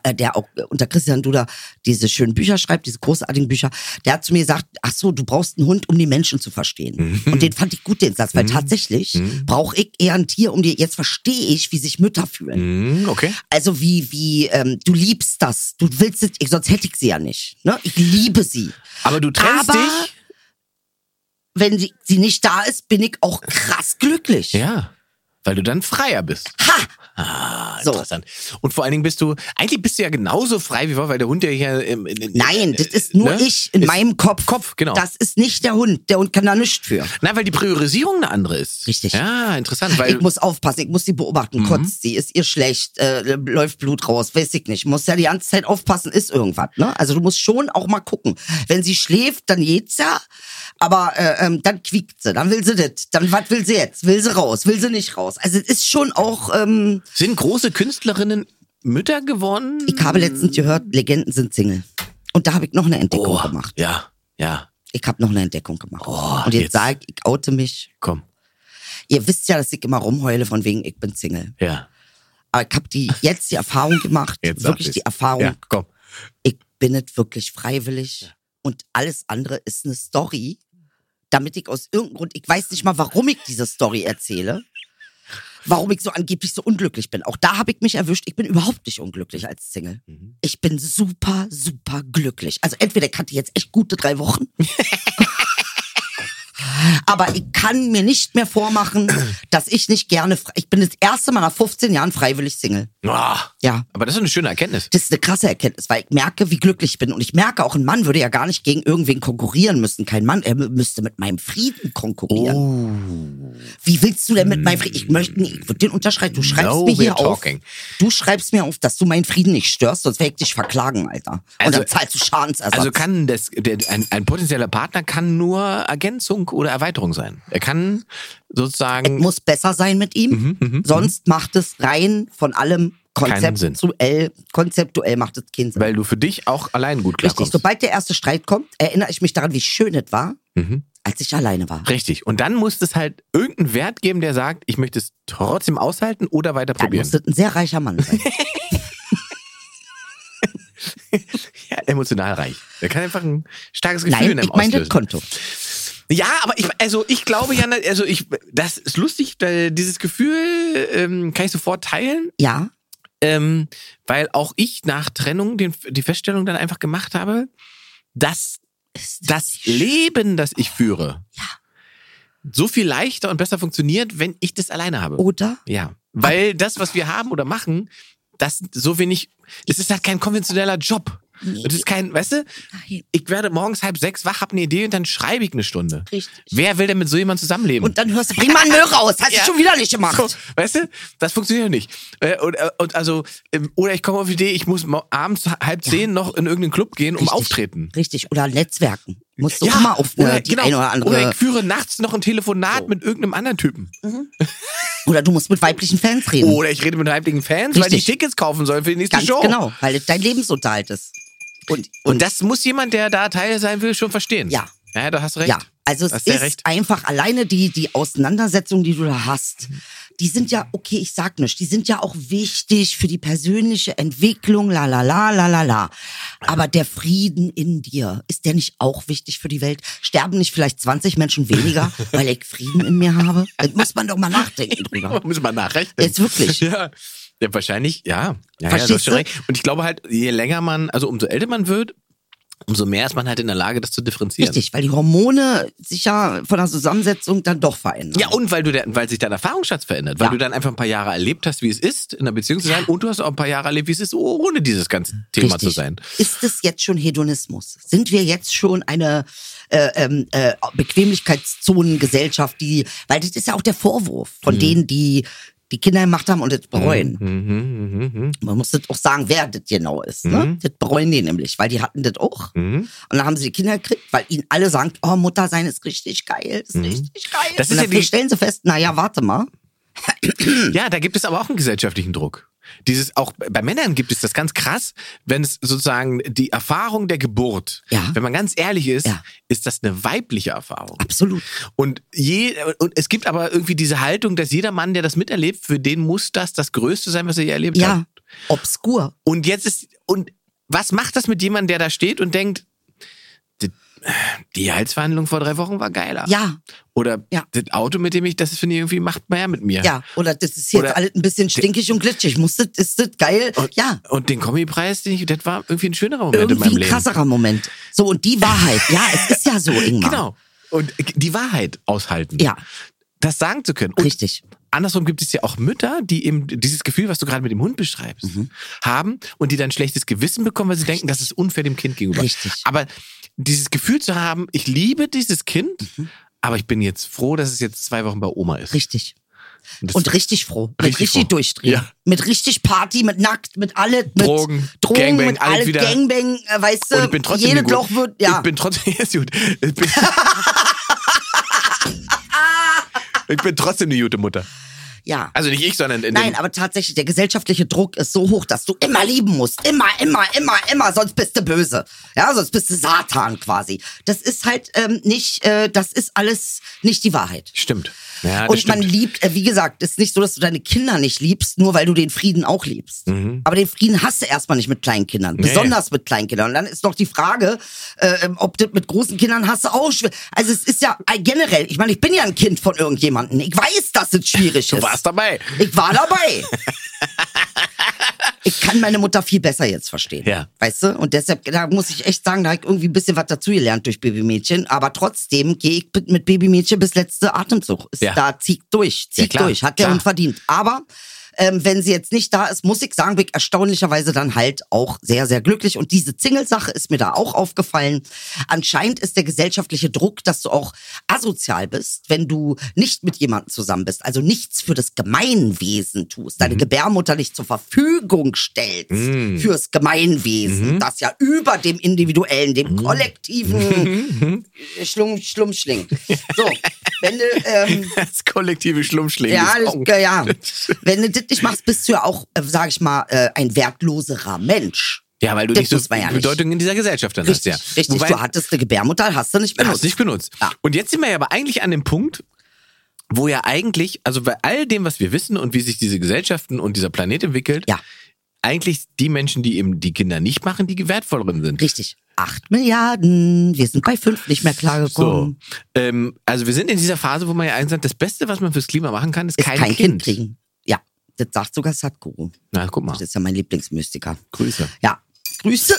S4: äh, der auch äh, unter Christian Duda diese schönen Bücher schreibt, diese großartigen Bücher, der hat zu mir gesagt, ach so, du brauchst einen Hund, um die Menschen zu verstehen.
S2: Mhm.
S4: Und den fand ich gut, den Satz, weil tatsächlich brauche ich eher ein Tier, um dir, jetzt verstehe ich, wie sich Mütter fühlen.
S2: Hm, okay.
S4: Also wie, wie, ähm, du liebst das, du willst es, ich- sonst hätte ich sie ja nicht. Ne? Ich liebe sie.
S2: Aber du trennst
S4: Aber-
S2: dich.
S4: Wenn sie, sie nicht da ist, bin ich auch krass glücklich.
S2: Ja. Weil du dann freier bist.
S4: Ha!
S2: Ah,
S4: So.
S2: interessant. Und vor allen Dingen bist du, eigentlich bist du ja genauso frei wie wir, weil der Hund ja hier im, in, in,
S4: Nein, das ist nur
S2: ne?
S4: ich in
S2: Ist-
S4: meinem Kopf.
S2: Kopf, genau.
S4: Das ist nicht der Hund. Der Hund kann da nichts für.
S2: Na, weil die Priorisierung eine andere ist.
S4: Richtig.
S2: Ja, interessant, weil
S4: ich muss aufpassen, ich muss sie beobachten. Kotzt sie, ist ihr schlecht, äh, läuft Blut raus, weiß ich nicht. Muss ja die ganze Zeit aufpassen, ist irgendwas. Ne? Also du musst schon auch mal gucken. Wenn sie schläft, dann geht's ja, aber äh, ähm, dann quiekt sie, dann will sie das. Dann was will sie jetzt? Will sie raus, will sie nicht raus? Also es ist schon auch, ähm,
S2: sind große Künstlerinnen Mütter geworden?
S4: ich habe letztens gehört, Legenden sind Single. Und da habe ich noch eine Entdeckung
S2: Oh.
S4: gemacht.
S2: Ja, ja,
S4: Ich habe noch eine Entdeckung gemacht.
S2: Oh,
S4: Und jetzt
S2: jetzt.
S4: sage ich, ich oute mich.
S2: komm.
S4: Ihr wisst ja, dass ich immer rumheule von wegen, ich bin Single.
S2: Ja.
S4: Aber ich habe die, jetzt die Erfahrung gemacht,
S2: Jetzt sag
S4: wirklich
S2: ich's.
S4: die Erfahrung,
S2: Ja, komm.
S4: ich bin es wirklich freiwillig und alles andere ist eine Story, damit ich aus irgendeinem Grund, ich weiß nicht mal, warum ich diese Story erzähle, warum ich so angeblich so unglücklich bin. Auch da habe ich mich erwischt, ich bin überhaupt nicht unglücklich als Single.
S2: Mhm.
S4: Ich bin super, super glücklich. Also entweder ich hatte jetzt echt gute drei Wochen. Aber ich kann mir nicht mehr vormachen, dass ich nicht gerne, fre- ich bin das erste Mal nach 15 Jahren freiwillig Single.
S2: Ah,
S4: Ja.
S2: aber das ist eine schöne Erkenntnis.
S4: Das ist eine krasse Erkenntnis, weil ich merke, wie glücklich ich bin. Und ich merke auch, ein Mann würde ja gar nicht gegen irgendwen konkurrieren müssen. Kein Mann, er mü- müsste mit meinem Frieden konkurrieren.
S2: Oh.
S4: Wie willst du denn mit meinem Frieden? Ich möchte nicht, ich würde den unterschreiben. Du schreibst
S2: Mm. No,
S4: mir hier
S2: we're
S4: auf.
S2: talking.
S4: Du schreibst mir auf, dass du meinen Frieden nicht störst, sonst werde ich dich verklagen, Alter. Und
S2: Also-
S4: dann zahlst du Schadensersatz.
S2: Also kann das, der, ein, ein potenzieller Partner kann nur Ergänzung oder Erweiterung sein. Er kann sozusagen,
S4: muss besser sein mit ihm, sonst macht es rein von allem
S2: Mhm, Keinen Sinn.
S4: konzeptuell, konzeptuell macht es keinen Sinn.
S2: weil du für dich auch allein gut
S4: Richtig,
S2: klarkommst.
S4: sobald der erste Streit kommt, erinnere ich mich daran, wie schön es war, als ich alleine war.
S2: Mhm, Richtig. Und dann muss es halt irgendeinen Wert geben, der sagt, ich möchte es trotzdem aushalten oder weiter
S4: Dann
S2: probieren.
S4: muss das ein sehr reicher Mann sein.
S2: Ja, emotional reich. Der kann einfach ein starkes Gefühl in
S4: Nein,
S2: einem
S4: ich meine das
S2: auslösen.
S4: Konto.
S2: Ja, aber ich, also ich glaube ja, also ich, das ist lustig, weil dieses Gefühl ähm, kann ich sofort teilen,
S4: Ja,
S2: ähm, weil auch ich nach Trennung den, die Feststellung dann einfach gemacht habe, dass das Leben, das ich führe, so viel leichter und besser funktioniert, wenn ich das alleine habe.
S4: oder?
S2: Ja, weil das, was wir haben oder machen, das so wenig, es ist halt kein konventioneller Job.
S4: Nee.
S2: Es ist kein, weißt du,
S4: Nein,
S2: ich werde morgens halb sechs wach, hab eine Idee und dann schreibe ich eine Stunde.
S4: richtig.
S2: Wer will denn mit so jemandem zusammenleben?
S4: Und dann hörst du, bring mal einen Müll raus, hast
S2: Ja.
S4: du schon wieder nicht gemacht.
S2: so, um weißt du, das funktioniert ja nicht. Äh, Und, äh, und also, ähm, oder ich komme auf die Idee, ich muss mo- abends halb zehn noch in irgendeinen Club gehen, um
S4: Richtig.
S2: auftreten.
S4: Richtig, oder Netzwerken. Musst du immer auf äh, die eine oder andere. Mhm.
S2: Oder ich führe nachts noch ein Telefonat mit irgendeinem anderen Typen.
S4: Oder du musst mit weiblichen Fans reden.
S2: Oder ich rede mit heimlichen Fans, weil die
S4: Richtig.
S2: Tickets kaufen sollen für die nächste
S4: Ganz
S2: Show.
S4: genau, weil das dein Lebensunterhalt ist. Und,
S2: Und das muss jemand, der da Teil sein will, schon verstehen.
S4: Ja.
S2: Ja, da hast du recht.
S4: Ja, also es
S2: Hast sehr
S4: ist
S2: recht.
S4: einfach alleine die, die Auseinandersetzungen, die du da hast, die sind ja, okay, ich sag nicht, die sind ja auch wichtig für die persönliche Entwicklung, la la la la la la. Aber der Frieden in dir, ist der nicht auch wichtig für die Welt? Sterben nicht vielleicht 20 Menschen weniger, weil ich Frieden in mir habe? Das muss man doch mal nachdenken drüber.
S2: Muss man nachrechnen.
S4: Jetzt wirklich.
S2: Ja. ja, wahrscheinlich, ja. ja, ja
S4: Verstehst
S2: du hast schon
S4: du?
S2: recht. Und ich glaube halt, je länger man, also umso älter man wird, umso mehr ist man halt in der Lage, das zu differenzieren.
S4: Richtig, weil die Hormone sich ja von der Zusammensetzung dann doch verändern.
S2: Ja, und weil du der, weil sich dein Erfahrungsschatz verändert, weil
S4: Ja.
S2: du dann einfach ein paar Jahre erlebt hast, wie es ist, in einer Beziehung zu sein, und du hast auch ein paar Jahre erlebt, wie es ist, ohne dieses ganze Thema zu
S4: Richtig.
S2: sein.
S4: Ist es jetzt schon Hedonismus? Sind wir jetzt schon eine äh, ähm, äh, Bequemlichkeitszonengesellschaft, die, weil das ist ja auch der Vorwurf von
S2: Mhm.
S4: denen, die die Kinder gemacht haben und das bereuen.
S2: Mhm.
S4: Man muss das auch sagen, wer das genau ist. Ne? Das bereuen die nämlich, weil die hatten das auch.
S2: Mhm.
S4: Und dann haben sie die Kinder gekriegt, weil ihnen alle sagen, oh, Mutter sein ist richtig geil, ist richtig geil.
S2: Mhm. Das
S4: und
S2: ist ja
S4: dann
S2: die-
S4: stellen sie fest, naja, warte mal.
S2: Ja, da gibt es aber auch einen gesellschaftlichen Druck. Dieses auch bei Männern gibt es das ganz krass, wenn es sozusagen die Erfahrung der Geburt,
S4: Ja.
S2: wenn man ganz ehrlich ist,
S4: Ja.
S2: ist das eine weibliche Erfahrung.
S4: Absolut.
S2: Und je und es gibt aber irgendwie diese Haltung, dass jeder Mann, der das miterlebt, für den muss das das Größte sein, was er je erlebt hat.
S4: Ja, obskur.
S2: Und jetzt ist und was macht das mit jemandem, der da steht und denkt, "Die- die Halsverhandlung vor drei Wochen war geiler.
S4: Ja,
S2: Oder
S4: Ja.
S2: das Auto, mit dem ich, das finde ich irgendwie, macht mehr mit mir.
S4: Ja, oder das ist jetzt
S2: Oder-
S4: alles ein bisschen stinkig und glitschig. Muss das, ist das geil? ja.
S2: Und den Kombipreis, den ich, das war irgendwie ein schönerer Moment in meinem
S4: Irgendwie ein
S2: Leben.
S4: krasserer Moment. So, und die Wahrheit. Ja, es ist ja so, Ingmar.
S2: Genau. Und die Wahrheit aushalten.
S4: Ja,
S2: Das sagen zu können. Und,
S4: richtig.
S2: andersrum gibt es ja auch Mütter, die eben dieses Gefühl, was du gerade mit dem Hund beschreibst,
S4: Mhm.
S2: haben und die dann schlechtes Gewissen bekommen, weil sie denken, das ist unfair dem Kind gegenüber.
S4: Richtig.
S2: Aber dieses Gefühl zu haben, ich liebe dieses Kind, aber ich bin jetzt froh, dass es jetzt zwei Wochen bei Oma ist.
S4: Mhm. Richtig.
S2: Das-
S4: Und richtig froh. Mit
S2: Richtig
S4: richtig,
S2: froh.
S4: durchdrehen.
S2: Ja.
S4: Mit richtig Party, mit nackt, mit alle, mit
S2: Drogen,
S4: Drogen
S2: Gangbang,
S4: mit
S2: alles
S4: alle
S2: wieder.
S4: Gangbang, äh, weißt du,
S2: Und ich bin trotzdem
S4: jedes
S2: gut.
S4: Loch wird, ja.
S2: Ich bin trotzdem jetzt gut. Ich bin, ich bin trotzdem eine gute Mutter.
S4: ja.
S2: Also nicht ich, sondern in
S4: Nein,
S2: dem,
S4: aber tatsächlich, der gesellschaftliche Druck ist so hoch, dass du immer lieben musst. Immer, immer, immer, immer, sonst bist du böse. Ja, sonst bist du Satan quasi. Das ist halt ähm, nicht, äh, das ist alles nicht die Wahrheit.
S2: stimmt. Ja, das
S4: Und man
S2: stimmt.
S4: liebt, äh, wie gesagt, ist nicht so, dass du deine Kinder nicht liebst, nur weil du den Frieden auch liebst.
S2: Mhm.
S4: Aber den Frieden hast du erstmal nicht mit kleinen Kindern, besonders mit kleinen Kindern. Und dann ist noch die Frage, äh, ähm, ob das mit großen Kindern hast du auch schwer. Also es ist ja äh, generell, ich meine, ich bin ja ein Kind von irgendjemandem. Ich weiß, dass es schwierig
S2: du
S4: ist.
S2: warst dabei.
S4: Ich war dabei. Ich kann meine Mutter viel besser jetzt verstehen.
S2: Ja.
S4: Weißt du? Und deshalb, da muss ich echt sagen, da habe ich irgendwie ein bisschen was dazugelernt durch Babymädchen. Aber trotzdem gehe ich mit- mit Babymädchen bis letzte Atemzug. Ist
S2: Ja.
S4: Da zieht durch, zieht
S2: klar,
S4: durch. Hat der
S2: klar.
S4: Hund verdient. Aber ähm, wenn sie jetzt nicht da ist, muss ich sagen, bin ich erstaunlicherweise dann halt auch sehr, sehr glücklich. Und diese Single-Sache ist mir da auch aufgefallen. Anscheinend ist der gesellschaftliche Druck, dass du auch asozial bist, wenn du nicht mit jemandem zusammen bist, also nichts für das Gemeinwesen tust,
S2: Mhm.
S4: deine Gebärmutter nicht zur Verfügung stellst fürs Gemeinwesen,
S2: Mhm.
S4: das ja über dem individuellen, dem
S2: Mhm.
S4: kollektiven Schlum, Schlummschling. So, wenn du... Ähm,
S2: Das kollektive Schlummschläge.
S4: ja,
S2: ist
S4: das,
S2: auch-
S4: äh, ja. Wenn du das nicht machst, bist du ja auch, äh, sag ich mal, äh, ein wertloserer Mensch.
S2: ja, weil du
S4: das
S2: nicht so
S4: muss man ja nicht.
S2: Bedeutung in dieser Gesellschaft dann
S4: Richtig,
S2: hast. Ja.
S4: richtig.
S2: Wobei, Genau,
S4: du hattest eine Gebärmutter, hast du nicht
S2: Hast
S4: benutzt.
S2: nicht benutzt.
S4: Ja.
S2: Und jetzt sind wir ja aber eigentlich an dem Punkt, wo ja eigentlich, also bei all dem, was wir wissen und wie sich diese Gesellschaften und dieser Planet entwickelt,
S4: Ja.
S2: eigentlich die Menschen, die eben die Kinder nicht machen, die wertvolleren sind.
S4: Richtig. Acht Milliarden, wir sind bei fünf nicht mehr
S2: So,
S4: klargekommen.
S2: ähm, also wir sind in dieser Phase, wo man ja eigentlich sagt, das Beste, was man fürs Klima machen kann, ist,
S4: Ist
S2: kein,
S4: kein
S2: Kind.
S4: kind. kriegen. Ja, das sagt sogar Sadhguru.
S2: Na, guck mal.
S4: Das ist ja mein Lieblingsmystiker.
S2: Grüße.
S4: Ja, Grüße.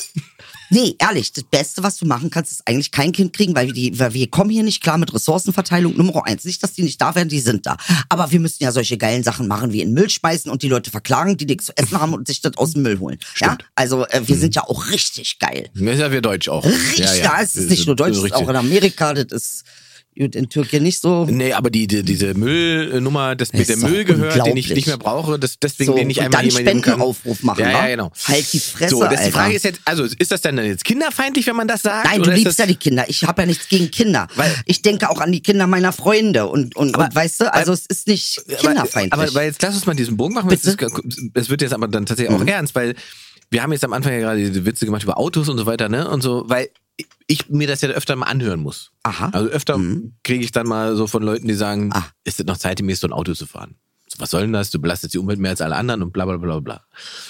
S4: Nee, ehrlich, das Beste, was du machen kannst, ist eigentlich kein Kind kriegen, weil wir, die, weil wir kommen hier nicht klar mit Ressourcenverteilung Nummer eins. Nicht, dass die nicht da wären, die sind da. Aber wir müssen ja solche geilen Sachen machen, wie in Müll schmeißen und die Leute verklagen, die nichts zu essen haben und sich das aus dem Müll holen. Ja? Also äh, wir sind ja auch richtig geil.
S2: Das ist Mhm. ja wir Deutsch auch.
S4: Richtig, ja, es ist nicht nur Deutsch, es ist auch in Amerika, das ist gut, in Türkei nicht so.
S2: Nee, aber die, die, diese Müllnummer, das mit
S4: Ist
S2: der
S4: doch
S2: Müll gehört, den ich
S4: unglaublich.
S2: nicht mehr brauche, das, deswegen
S4: So,
S2: den ich
S4: und
S2: einmal
S4: dann
S2: jemand nehmen kann.
S4: Spendenaufruf machen,
S2: Ja,
S4: wa?
S2: ja, genau.
S4: Halt die Fresse,
S2: So, das ist die
S4: Alter.
S2: Frage ist jetzt, also ist das denn dann jetzt kinderfeindlich, wenn man das sagt?
S4: Nein, du
S2: Oder ist
S4: liebst ja
S2: das,
S4: die Kinder. Ich habe ja nichts gegen Kinder.
S2: Weil-
S4: ich denke auch an die Kinder meiner Freunde und, und, und weißt du, also es ist nicht kinderfeindlich.
S2: Aber, aber, weil jetzt lass uns mal diesen Bogen machen. weil Es, ist, es wird jetzt aber dann tatsächlich
S4: Mhm.
S2: auch ernst, weil wir haben jetzt am Anfang ja gerade diese Witze gemacht über Autos und so weiter, ne? Und so, weil ich mir das ja öfter mal anhören muss.
S4: Aha. Mhm.
S2: Also öfter kriege ich dann mal so von Leuten, die sagen,
S4: Ah.
S2: ist das noch zeitgemäß, so ein Auto zu fahren? So, was soll denn das? Du belastest die Umwelt mehr als alle anderen und bla bla bla bla.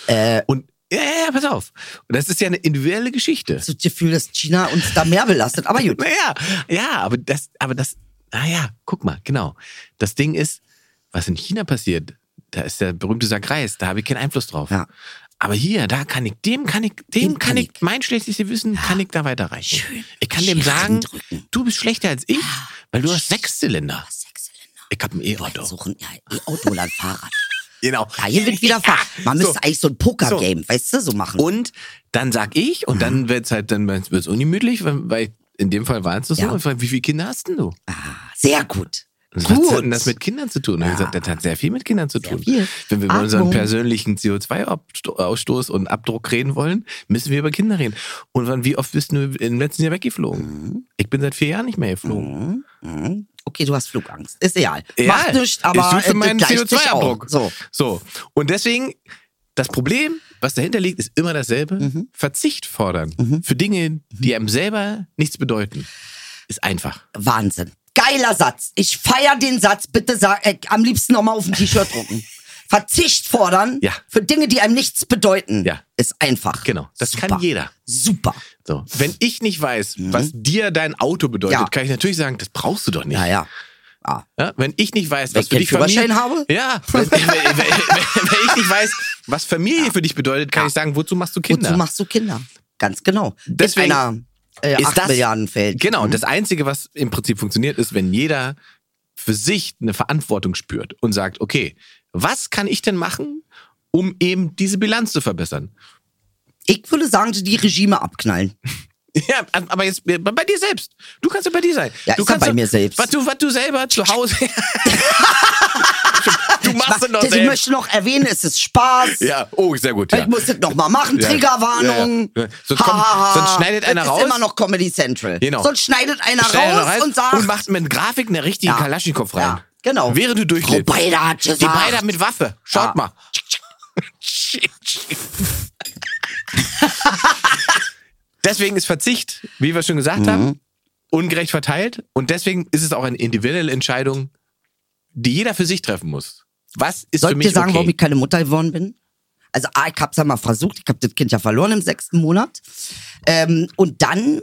S2: Äh. Und ja, ja, ja, pass auf. Und das ist ja eine individuelle Geschichte.
S4: so das Gefühl, dass China uns da mehr belastet. Aber gut.
S2: Naja, ja, aber das, aber das, naja, guck mal, genau. Das Ding ist, was in China passiert, da ist der berühmte Sack Reis, da habe ich keinen Einfluss drauf.
S4: Ja.
S2: Aber hier, da kann ich, dem kann ich, dem,
S4: Dem
S2: kann
S4: kann
S2: ich, mein schlechtestes Wissen, kann ich da weiterreichen.
S4: Schön.
S2: Ich kann dem
S4: Schön Ah.
S2: sagen,
S4: drücken.
S2: du bist schlechter als ich, weil du hast Sechszylinder.
S4: Sechszylinder.
S2: Ich habe ein E-Auto.
S4: Suchen ja E-Auto oder ein Fahrrad.
S2: Genau.
S4: Also. Ja, hier wird wieder Fahrrad. Man
S2: so.
S4: müsste eigentlich so ein Poker-Game, weißt du, so machen.
S2: Und dann sag ich, und dann
S4: Mhm.
S2: wird's halt, dann wird's ungemütlich, weil, weil in dem Fall waren es so,
S4: Ja.
S2: und frag, wie viele Kinder hast denn du?
S4: Sehr gut.
S2: Und Was hat
S4: Gut.
S2: denn das mit Kindern zu tun? Und ich gesagt, das hat sehr viel mit Kindern zu tun.
S4: viel.
S2: Wenn wir über
S4: Atmung.
S2: unseren persönlichen CO2-Ausstoß und Abdruck reden wollen, müssen wir über Kinder reden. Und wann, wie oft bist du im letzten Jahr weggeflogen? Ich bin seit vier Jahren nicht mehr geflogen.
S4: Mhm. Okay, du hast Flugangst. Ist egal.
S2: Ja,
S4: Macht nichts,
S2: ist
S4: aber
S2: gut für
S4: äh,
S2: meinen
S4: das gleicht sich
S2: CO2-Abdruck.
S4: auch. So.
S2: So. Und deswegen, das Problem, was dahinter liegt, ist immer dasselbe.
S4: Mhm.
S2: Verzicht fordern für Dinge, die einem selber nichts bedeuten, ist einfach.
S4: Wahnsinn. Geiler Satz. Ich feier den Satz. Bitte sag, äh, am liebsten nochmal auf ein T-Shirt drucken. Verzicht fordern
S2: Ja.
S4: für Dinge, die einem nichts bedeuten,
S2: Ja.
S4: ist einfach.
S2: Genau. Das
S4: Super.
S2: kann jeder.
S4: Super.
S2: So. Wenn ich nicht weiß, was dir dein Auto bedeutet,
S4: Mhm. Ja.
S2: kann ich natürlich sagen, das brauchst du doch nicht.
S4: Ja, ja. Ah.
S2: Ja, wenn ich nicht weiß, was
S4: ich
S2: für
S4: keinen
S2: dich Familie,
S4: Führerschein habe?
S2: Ja, wenn, wenn, wenn, wenn ich nicht weiß, was Familie für dich bedeutet, kann ich sagen, wozu machst du Kinder?
S4: Wozu machst du Kinder? Ganz genau.
S2: Deswegen
S4: In einer äh,
S2: ist
S4: 8
S2: das-
S4: Milliarden Feld.
S2: genau, und das Einzige, was im Prinzip funktioniert, ist, wenn jeder für sich eine Verantwortung spürt und sagt, okay, was kann ich denn machen, um eben diese Bilanz zu verbessern?
S4: Ich würde sagen, die Regime abknallen.
S2: Ja, aber jetzt bei dir selbst. Du kannst ja bei dir sein.
S4: Ja,
S2: du
S4: ist ja
S2: kannst
S4: bei mir selbst.
S2: Was du, was du selber zu Hause. du machst es noch
S4: das ich
S2: selbst.
S4: möchte noch erwähnen, es ist Spaß.
S2: Ja, oh, sehr gut. Ja.
S4: Ich muss das nochmal machen.
S2: Ja.
S4: Triggerwarnung.
S2: Ja, ja. Sonst kommt-
S4: Ha, ha, ha.
S2: sonst schneidet einer
S4: das
S2: raus.
S4: ist immer noch Comedy Central.
S2: Genau.
S4: Sonst schneidet einer
S2: Schnell
S4: raus,
S2: noch
S4: und sagt.
S2: und macht mit Grafik eine richtige
S4: Ja.
S2: Kalaschnikow rein.
S4: Ja, genau.
S2: Während du
S4: Frau
S2: durchlebst.
S4: Beider hat gesagt.
S2: Die Beider mit Waffe. Schaut
S4: Ja.
S2: mal. deswegen ist Verzicht, wie wir schon gesagt
S4: Mhm.
S2: haben, ungerecht verteilt. Und deswegen ist es auch eine individuelle Entscheidung, die jeder für sich treffen muss. Was ist für
S4: Soll ich
S2: mich
S4: dir sagen,
S2: okay?
S4: warum ich keine Mutter geworden bin? Also A, ich hab's ja mal versucht, ich hab das Kind ja verloren im sechsten Monat. Ähm, und dann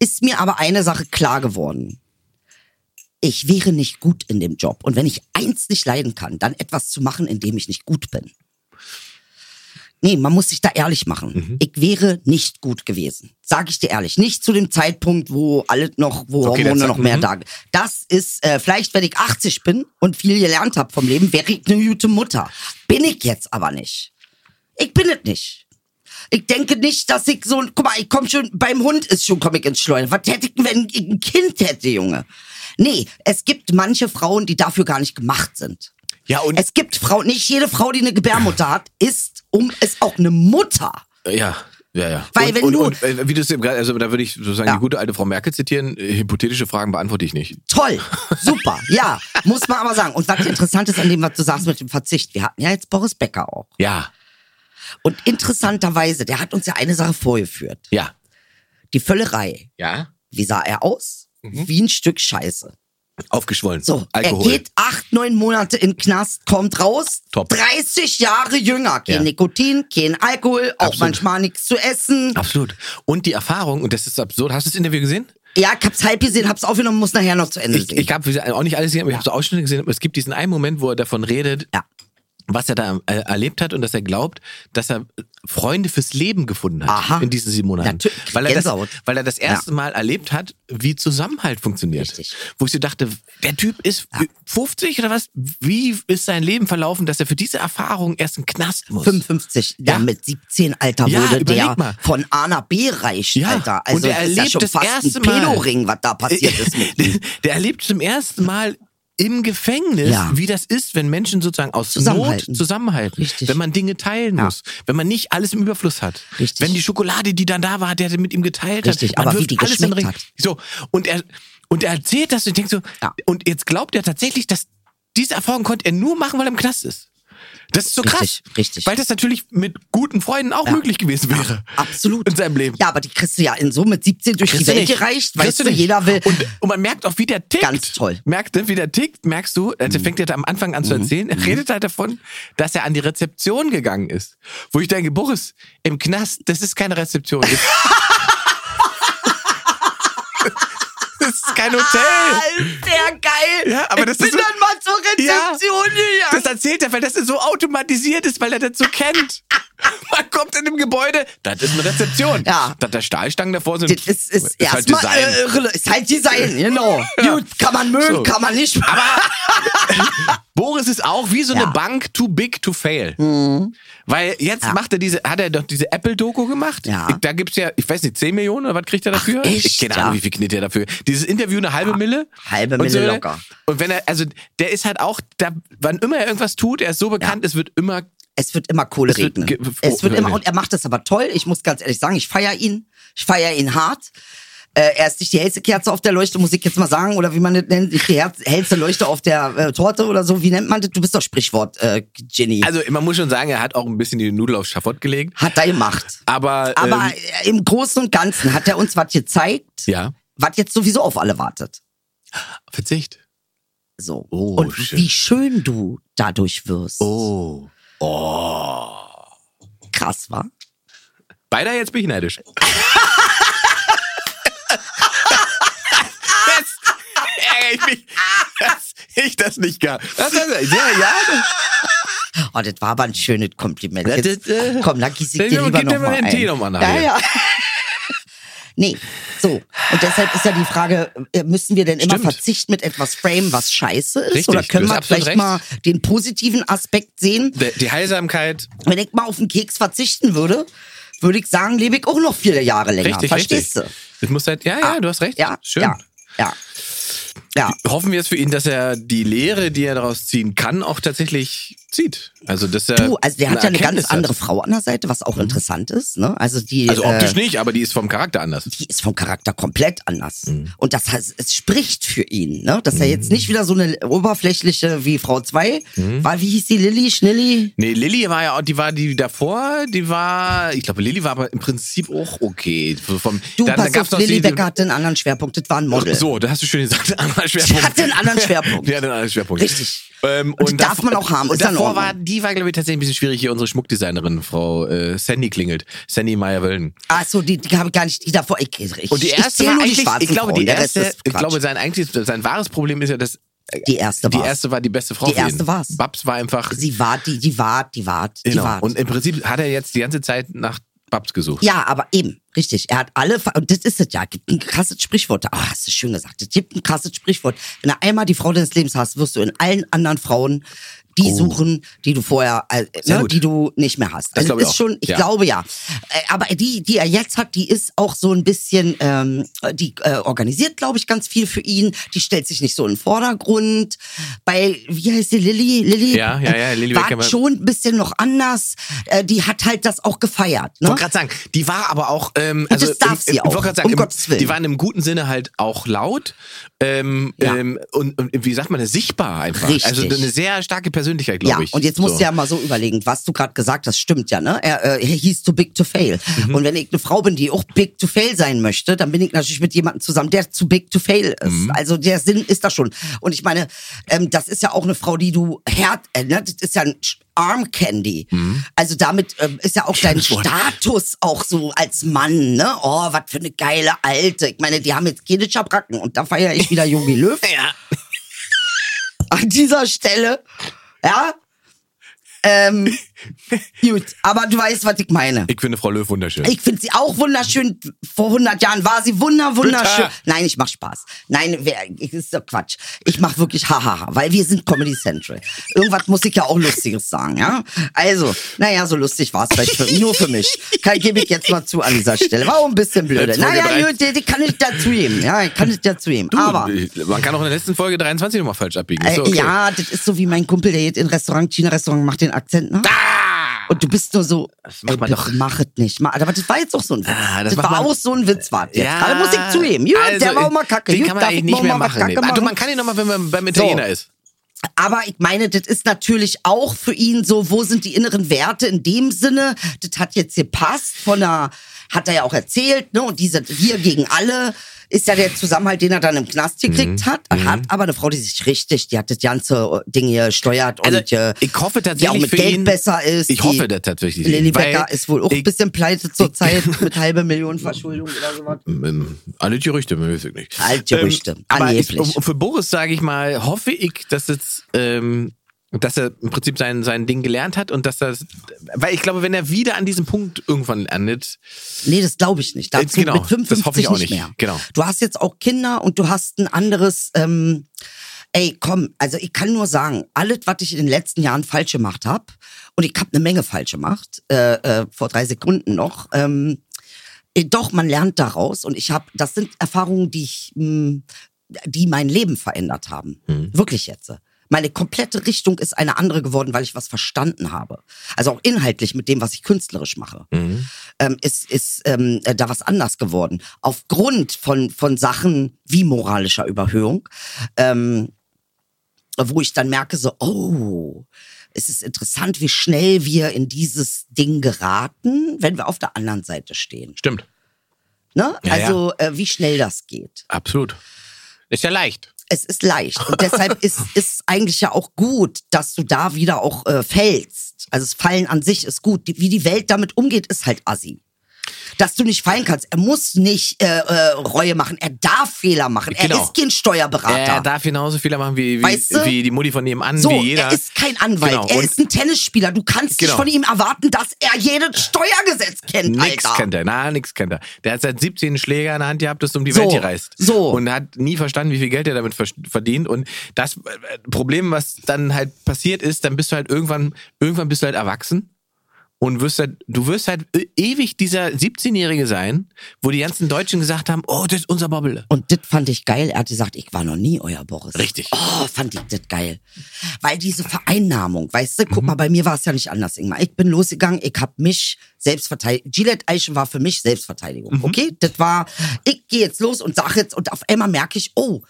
S4: ist mir aber eine Sache klar geworden. Ich wäre nicht gut in dem Job. Und wenn ich eins nicht leiden kann, dann etwas zu machen, in dem ich nicht gut bin. Nee, man muss sich da ehrlich machen.
S2: Mhm.
S4: Ich wäre nicht gut gewesen. Sag ich dir ehrlich. Nicht zu dem Zeitpunkt, wo alles noch, wo
S2: Okay,
S4: Hormone
S2: das-
S4: noch mehr
S2: mhm.
S4: da Das ist, äh, vielleicht wenn ich 80 bin und viel gelernt habe vom Leben, wäre ich eine gute Mutter. Bin ich jetzt aber nicht. Ich bin es nicht. Ich denke nicht, dass ich so, guck mal, ich komm schon, beim Hund ist schon, komm ich ins Schleudern. Was hätte ich, denn, wenn ich ein Kind hätte, Junge? Nee, es gibt manche Frauen, die dafür gar nicht gemacht sind.
S2: ja, und
S4: Es gibt Frauen, nicht jede Frau, die eine Gebärmutter hat, ist um ist auch eine Mutter.
S2: Ja, ja, ja.
S4: Weil
S2: und,
S4: wenn
S2: und,
S4: du-
S2: und, äh, wie du es eben gerade, also da würde ich sozusagen
S4: Ja.
S2: die gute alte Frau Merkel zitieren, äh, hypothetische Fragen beantworte ich nicht.
S4: Toll, super, ja, muss man aber sagen. Und was interessant ist an dem, was du sagst mit dem Verzicht, wir hatten ja jetzt Boris Becker auch.
S2: Ja,
S4: Und interessanterweise, der hat uns ja eine Sache vorgeführt.
S2: ja,
S4: Die Völlerei.
S2: ja.
S4: Wie sah er aus? Wie ein Stück Scheiße.
S2: Aufgeschwollen.
S4: So,
S2: Alkohol.
S4: er geht acht, neun Monate in den Knast, kommt raus,
S2: Top.
S4: 30 Jahre jünger. Kein
S2: Ja.
S4: Nikotin, kein Alkohol, auch
S2: Absolut.
S4: manchmal nichts zu essen.
S2: Absolut. Und die Erfahrung, und das ist absurd, hast du das Interview gesehen?
S4: Ja, ich hab's halb gesehen, hab's aufgenommen, muss nachher noch zu Ende
S2: Ich,
S4: sehen.
S2: ich habe auch nicht alles gesehen, aber ich habe so Ausschnitte gesehen. Aber es gibt diesen einen Moment, wo er davon redet,
S4: Ja.
S2: was er da äh, erlebt hat und dass er glaubt, dass er Freunde fürs Leben gefunden hat
S4: Aha.
S2: in diesen sieben Monaten.
S4: Natürlich.
S2: Weil er, das,
S4: Gänsehaut.
S2: weil er das erste Mal erlebt hat, wie Zusammenhalt funktioniert.
S4: Richtig.
S2: Wo ich so dachte, der Typ ist 50 oder was? Wie ist sein Leben verlaufen, dass er für diese Erfahrung erst in den Knast muss?
S4: 55, ja.
S2: Ja.
S4: mit 17, Alter,
S2: Ja,
S4: wurde
S2: überleg
S4: der
S2: mal.
S4: von A nach B reicht,
S2: Ja,
S4: Alter.
S2: und
S4: Also
S2: er
S4: das ist ja
S2: erlebt
S4: schon
S2: das
S4: fast
S2: erste
S4: ein
S2: Mal.
S4: Pedoring, was da passiert ist mit ihm.
S2: der erlebt zum ersten Mal im Gefängnis,
S4: Ja.
S2: wie das ist, wenn Menschen sozusagen aus Not
S4: Zusammenhalten.
S2: zusammenhalten,
S4: Richtig.
S2: wenn man Dinge teilen muss, wenn man nicht alles im Überfluss hat,
S4: Richtig.
S2: wenn die Schokolade, die dann da war, der mit ihm geteilt
S4: Richtig,
S2: hat, man
S4: aber wie
S2: wirft
S4: die
S2: alles in den
S4: geschmeckt
S2: Ring. So und er und er erzählt das und ich denke so
S4: Ja.
S2: und jetzt glaubt er tatsächlich, dass diese Erfahrung konnte er nur machen, weil er im Knast ist. Das ist so krass,
S4: Richtig, richtig.
S2: weil das natürlich mit guten Freunden auch möglich gewesen wäre.
S4: Absolut.
S2: In seinem Leben.
S4: Ja, aber die kriegst du ja in so mit 17 durch die
S2: Kriegst du
S4: Welt
S2: nicht.
S4: gereicht,
S2: Kriegst
S4: weißt du,
S2: nicht.
S4: jeder will.
S2: Und, und man merkt auch, wie der tickt.
S4: Ganz toll. Mhm.
S2: Merkt, ne, wie der tickt, merkst du, also fängt er da am Anfang an zu erzählen, er redet halt davon, dass er an die Rezeption gegangen ist. Wo ich denke, Boris, im Knast, das ist keine Rezeption. Das, das ist kein Hotel.
S4: Alter, geil!
S2: Ja, aber
S4: ich
S2: das
S4: bin
S2: ist so-
S4: dann mal zur Rezeption
S2: Das
S4: gegangen.
S2: erzählt er, weil das so automatisiert ist, weil er das so kennt. Man kommt in dem Gebäude, das ist eine Rezeption.
S4: Ja.
S2: Dass da Stahlstangen davor sind,
S4: Das ist, ist,
S2: ist halt
S4: erstmal
S2: Design.
S4: äh, irre- ist halt Design, genau. Gut, kann man mögen,
S2: So.
S4: kann man nicht. Aber
S2: Boris ist auch wie so
S4: Ja. Mhm.
S2: eine Bank too big to fail. Weil jetzt macht er diese, hat er doch diese Apple-Doku gemacht.
S4: Ja.
S2: Ich, da gibt's ja, ich weiß nicht, 10 Millionen oder was kriegt er dafür?
S4: echt?
S2: Ich keine Ahnung,
S4: Ja.
S2: wie viel kniet er dafür. Dieses Interview eine halbe Mille.
S4: halbe
S2: Und ne?
S4: Mille locker.
S2: Und wenn er, also der ist halt auch, da, wann immer er irgendwas tut, er ist so bekannt, es wird immer.
S4: Es wird immer Kohle
S2: Es wird
S4: regnen.
S2: ge-
S4: es wird
S2: oh,
S4: immer,
S2: nee.
S4: und er macht das aber toll. Ich muss ganz ehrlich sagen, ich feiere ihn. Ich feiere ihn hart. Äh, er ist nicht die hellste Kerze auf der Leuchte, muss ich jetzt mal sagen, oder wie man das nennt, nicht die herz- hellste Leuchte auf der äh, Torte oder so. Wie nennt man das? Du bist doch Sprichwort, äh, Ginny.
S2: Also man muss schon sagen, er hat auch ein bisschen die Nudel aufs Schafott gelegt.
S4: hat er gemacht.
S2: Aber,
S4: Aber
S2: ähm,
S4: äh, im Großen und Ganzen hat er uns was gezeigt,
S2: ja,
S4: was jetzt sowieso auf alle wartet.
S2: Verzicht.
S4: So.
S2: Oh,
S4: und
S2: schön.
S4: wie schön du dadurch wirst.
S2: Oh.
S4: Krass, war.
S2: Beider jetzt bin ich neidisch. Jetzt ärgere ich mich, dass ich das nicht gar. Das, das, ja, ja, das,
S4: Oh, das war aber ein schönes Kompliment.
S2: Ja, das,
S4: Jetzt,
S2: äh,
S4: komm, dann gieße ich
S2: dann
S4: dir lieber
S2: gib mir
S4: nochmal
S2: mal den
S4: ein.
S2: Tee noch mal nachher.
S4: Ja, ja. Nee, so. Und deshalb ist ja die Frage, äh, müssen wir denn immer
S2: Stimmt.
S4: verzichten mit etwas Frame, was scheiße ist?
S2: Richtig,
S4: Oder
S2: du
S4: können
S2: hast
S4: wir
S2: absolut
S4: vielleicht
S2: recht.
S4: mal den positiven Aspekt sehen?
S2: Die, die Heilsamkeit,
S4: Wenn ich mal auf den Keks verzichten würde, würde ich sagen, lebe ich auch noch viele Jahre länger.
S2: richtig,
S4: Verstehst
S2: richtig. Das muss halt, ja, ja, du hast recht.
S4: du? Ja,
S2: Schön.
S4: ja, ja. Ja,
S2: Hoffen wir jetzt für ihn, dass er die Lehre, die er daraus ziehen kann, auch tatsächlich zieht. Also, dass er.
S4: du, also der hat ja eine
S2: Erkenntnis Mhm.
S4: ganz andere Frau an der Seite, was auch interessant ist, ne? Also die,
S2: Also optisch
S4: äh,
S2: nicht, aber die ist vom Charakter anders.
S4: die ist vom Charakter komplett anders.
S2: Mhm.
S4: Und das heißt, es spricht für ihn, ne? Dass er jetzt nicht wieder so eine oberflächliche wie Frau 2,
S2: Mhm.
S4: weil wie hieß die Lilly, Schnilly?
S2: Nee, Lilly war ja auch, die war die davor, die war, ich glaube, Lilly war aber im Prinzip auch okay. So Vom,
S4: Du,
S2: dann- dann
S4: pass
S2: gab's noch
S4: auf, Lilly
S2: die-
S4: Becker hatte einen anderen Schwerpunkt, das war ein Model.
S2: So, da hast du schön gesagt, einen anderen Schwerpunkt.
S4: hatte einen anderen Schwerpunkt.
S2: Die hatte einen anderen Schwerpunkt.
S4: Richtig.
S2: Ähm,
S4: Und die darf man auch haben,
S2: Und
S4: ist ja in
S2: davor
S4: Ordnung.
S2: war, die war, glaube ich, tatsächlich ein bisschen schwierig hier, unsere Schmuckdesignerin, Frau äh, Sandy klingelt. Sandy Meyer-Wöllen.
S4: Ach so, die, die habe ich gar nicht, die davor, ich, ich,
S2: Und die
S4: ich
S2: erste
S4: zähl
S2: war
S4: nur die
S2: eigentlich,
S4: schwarzen
S2: ich glaube, die
S4: Frauen, der Rest
S2: erste,
S4: ist
S2: ich
S4: Quatsch.
S2: glaube, sein eigentliches, sein wahres Problem ist ja, dass
S4: die erste
S2: die
S4: war.
S2: erste war die beste Frau
S4: Die
S2: für ihn.
S4: erste war's.
S2: Babs war einfach,
S4: Sie war, die, die war, die war, die
S2: genau.
S4: war.
S2: Und im Prinzip hat er jetzt die ganze Zeit nach Babs gesucht.
S4: Ja, aber eben, richtig. Er hat alle, Ver- und das ist es ja, gibt ein krasses Sprichwort. Ah, hast du schön gesagt. Es gibt ein krasses Sprichwort. Wenn du einmal die Frau deines Lebens hast, wirst du in allen anderen Frauen die suchen, die du vorher, äh,
S2: Oh. Sehr
S4: ne,
S2: gut.
S4: die du nicht mehr hast.
S2: Das
S4: Also
S2: glaube ich
S4: ist
S2: auch.
S4: schon, ich
S2: Ja.
S4: glaube ja. Äh, Aber die, die er jetzt hat, die ist auch so ein bisschen, ähm, die äh, organisiert, glaube ich, ganz viel für ihn. Die stellt sich nicht so in den Vordergrund. Bei, wie heißt die Lilly? Lilly?
S2: Ja, ja, ja,
S4: äh,
S2: Lilly
S4: War
S2: Beckham-
S4: schon ein bisschen noch anders. Äh, die hat halt das auch gefeiert.
S2: Ich
S4: Ne?
S2: wollte gerade sagen, die war aber auch, ähm, also
S4: das darf
S2: im,
S4: sie
S2: im, ich
S4: auch,
S2: wollte gerade sagen,
S4: um
S2: im,
S4: Gottes Willen.
S2: die waren im guten Sinne halt auch laut ähm,
S4: Ja.
S2: ähm, und, und wie sagt man, das, sichtbar einfach.
S4: Richtig.
S2: Also eine sehr starke Persönlichkeit, glaube
S4: ja,
S2: ich.
S4: und jetzt musst
S2: So.
S4: du ja mal so überlegen, was du gerade gesagt hast, stimmt ja, ne? Er, äh, he's too big to fail.
S2: Mhm.
S4: Und wenn ich eine Frau bin, die auch big to fail sein möchte, dann bin ich natürlich mit jemandem zusammen, der zu big to fail ist.
S2: Mhm.
S4: Also der Sinn ist da schon. Und ich meine, ähm, das ist ja auch eine Frau, die du hart, äh, ne? das ist ja ein Sch- Arm Candy. Also damit ähm, ist ja auch dein
S2: Mhm. Schönes Wort.
S4: Status auch so als Mann, ne? Oh, was für eine geile Alte. Ich meine, die haben jetzt keine Schabracken und da feiere ich wieder Jogi Löw
S2: Ja.
S4: an dieser Stelle. Ja. Ähm, gut, aber du weißt, was ich meine.
S2: Ich finde Frau Löw wunderschön.
S4: Ich finde sie auch wunderschön. Vor 100 Jahren war sie wunder, wunderschön.
S2: Bitte.
S4: Nein, ich mach Spaß. Nein, wer, ich, ist doch Quatsch. Ich mach wirklich hahaha, weil wir sind Comedy Central. Irgendwas muss ich ja auch Lustiges sagen, ja? Also, naja, so lustig war es vielleicht für, nur für mich. Kann, gebe ich jetzt mal zu an dieser Stelle. War auch ein bisschen blöde.
S2: Jetzt wurde
S4: Naja,
S2: bereits-
S4: gut, die, die kann ich dazu geben. Ja, ich kann ich dazu geben.
S2: Du,
S4: aber.
S2: man kann auch in der letzten Folge 23 nochmal falsch abbiegen. Ist
S4: Äh,
S2: doch okay.
S4: Ja, das ist so wie mein Kumpel, der jetzt in Restaurant, China-Restaurant macht den Akzent nach. Und du bist nur so, das
S2: macht man doch.
S4: mach es nicht. Ma- Aber das war jetzt auch so ein Witz.
S2: Ah, das
S4: das
S2: macht
S4: war
S2: man-
S4: auch so ein Witz, war das jetzt.
S2: Ja,
S4: Gerade muss ich zugeben. Gut, der war auch mal
S2: Also,
S4: kacke.
S2: Den
S4: Gut,
S2: kann man
S4: darf
S2: eigentlich
S4: ich
S2: nicht
S4: mal
S2: mehr
S4: mal
S2: machen.
S4: Kacke
S2: nee. Ah, du,
S4: machen?
S2: man kann ihn nochmal, wenn man beim Italiener ist.
S4: Aber ich meine, das ist natürlich auch für ihn so, wo sind die inneren Werte in dem Sinne? Das hat jetzt gepasst von der, hat er ja auch erzählt, ne? Und diese Wir gegen alle ist ja der Zusammenhalt, den er dann im
S2: Mhm.
S4: Knast gekriegt hat. Er hat aber eine Frau, die sich richtig, die hat das ganze Ding hier steuert und hier,
S2: Also, ich hoffe
S4: die auch
S2: tatsächlich
S4: mit
S2: für
S4: Geld
S2: ihn,
S4: besser ist.
S2: Ich
S4: die-
S2: hoffe das tatsächlich.
S4: Lilly
S2: weil
S4: Becker ist wohl auch ein
S2: ich-
S4: bisschen pleite zurzeit mit halbe Million Verschuldung oder sowas.
S2: Ähm, Alle Gerüchte, man weiß es nicht. Ähm,
S4: Alle Gerüchte,
S2: aber ich,
S4: angeblich.
S2: um- für Boris sage ich mal, hoffe ich, dass jetzt, ähm, dass er im Prinzip sein, sein Ding gelernt hat und dass das, weil ich glaube, wenn er wieder an diesem Punkt irgendwann landet,
S4: Nee, das glaube ich nicht. Dazu
S2: Genau,
S4: mit 55
S2: das hoffe ich auch
S4: nicht
S2: nicht.
S4: mehr.
S2: Genau.
S4: Du hast jetzt auch Kinder und du hast ein anderes. Ähm, ey, komm, also ich kann nur sagen, alles, was ich in den letzten Jahren falsch gemacht habe, und ich habe eine Menge falsch gemacht, äh, äh, vor drei Sekunden noch. Ähm, äh, doch, man lernt daraus und ich habe, das sind Erfahrungen, die ich, mh, die mein Leben verändert haben.
S2: Hm.
S4: Wirklich jetzt. Meine komplette Richtung ist eine andere geworden, weil ich was verstanden habe. Also auch inhaltlich mit dem, was ich künstlerisch mache ähm, ist, ist ähm, äh, da was anders geworden. Aufgrund von, von Sachen wie moralischer Überhöhung, ähm, wo ich dann merke, so, oh, es ist interessant, wie schnell wir in dieses Ding geraten, wenn wir auf der anderen Seite stehen.
S2: stimmt.
S4: Ne?
S2: Ja,
S4: also, Äh, wie schnell das geht.
S2: Absolut. Ist ja leicht.
S4: Es ist leicht. Und deshalb ist ist eigentlich ja auch gut, dass du da wieder auch äh, fällst. Also, das Fallen an sich ist gut. Die, wie die Welt damit umgeht, ist halt assi. dass du nicht fallen kannst. Er muss nicht äh, äh, Reue machen. Er darf Fehler machen. Er
S2: Genau.
S4: ist kein Steuerberater.
S2: Er darf genauso Fehler machen wie, wie,
S4: Ah, Weißt du?
S2: wie die Mutti von nebenan,
S4: so,
S2: wie jeder.
S4: er ist kein Anwalt.
S2: Genau,
S4: Er
S2: und-
S4: ist ein Tennisspieler. Du kannst nicht
S2: Genau.
S4: von ihm erwarten, dass er jedes Steuergesetz kennt,
S2: Nix
S4: Alter.
S2: kennt er, na, nix kennt er. Der hat seit 17 Schläger in der Hand gehabt, ist um die
S4: So,
S2: Welt gereist.
S4: so.
S2: Und hat nie verstanden, wie viel Geld er damit vers- verdient. Und das äh, Problem, was dann halt passiert ist, dann bist du halt irgendwann, irgendwann bist du halt erwachsen. Und wirst halt, du wirst halt e- ewig dieser 17-Jährige sein, wo die ganzen Deutschen gesagt haben, oh, das ist unser Bobble.
S4: Und das fand ich geil. Er hat gesagt, ich war noch nie euer Boris.
S2: Richtig.
S4: Oh, fand ich das geil. Weil diese Vereinnahmung, weißt du, guck mal, bei mir war es ja nicht anders, Ingmar. Ich bin losgegangen, ich hab mich selbst verteidigt. Gillette Eichen war für mich Selbstverteidigung. Okay? Das war, ich gehe jetzt los und sag jetzt, und auf einmal merke ich, oh,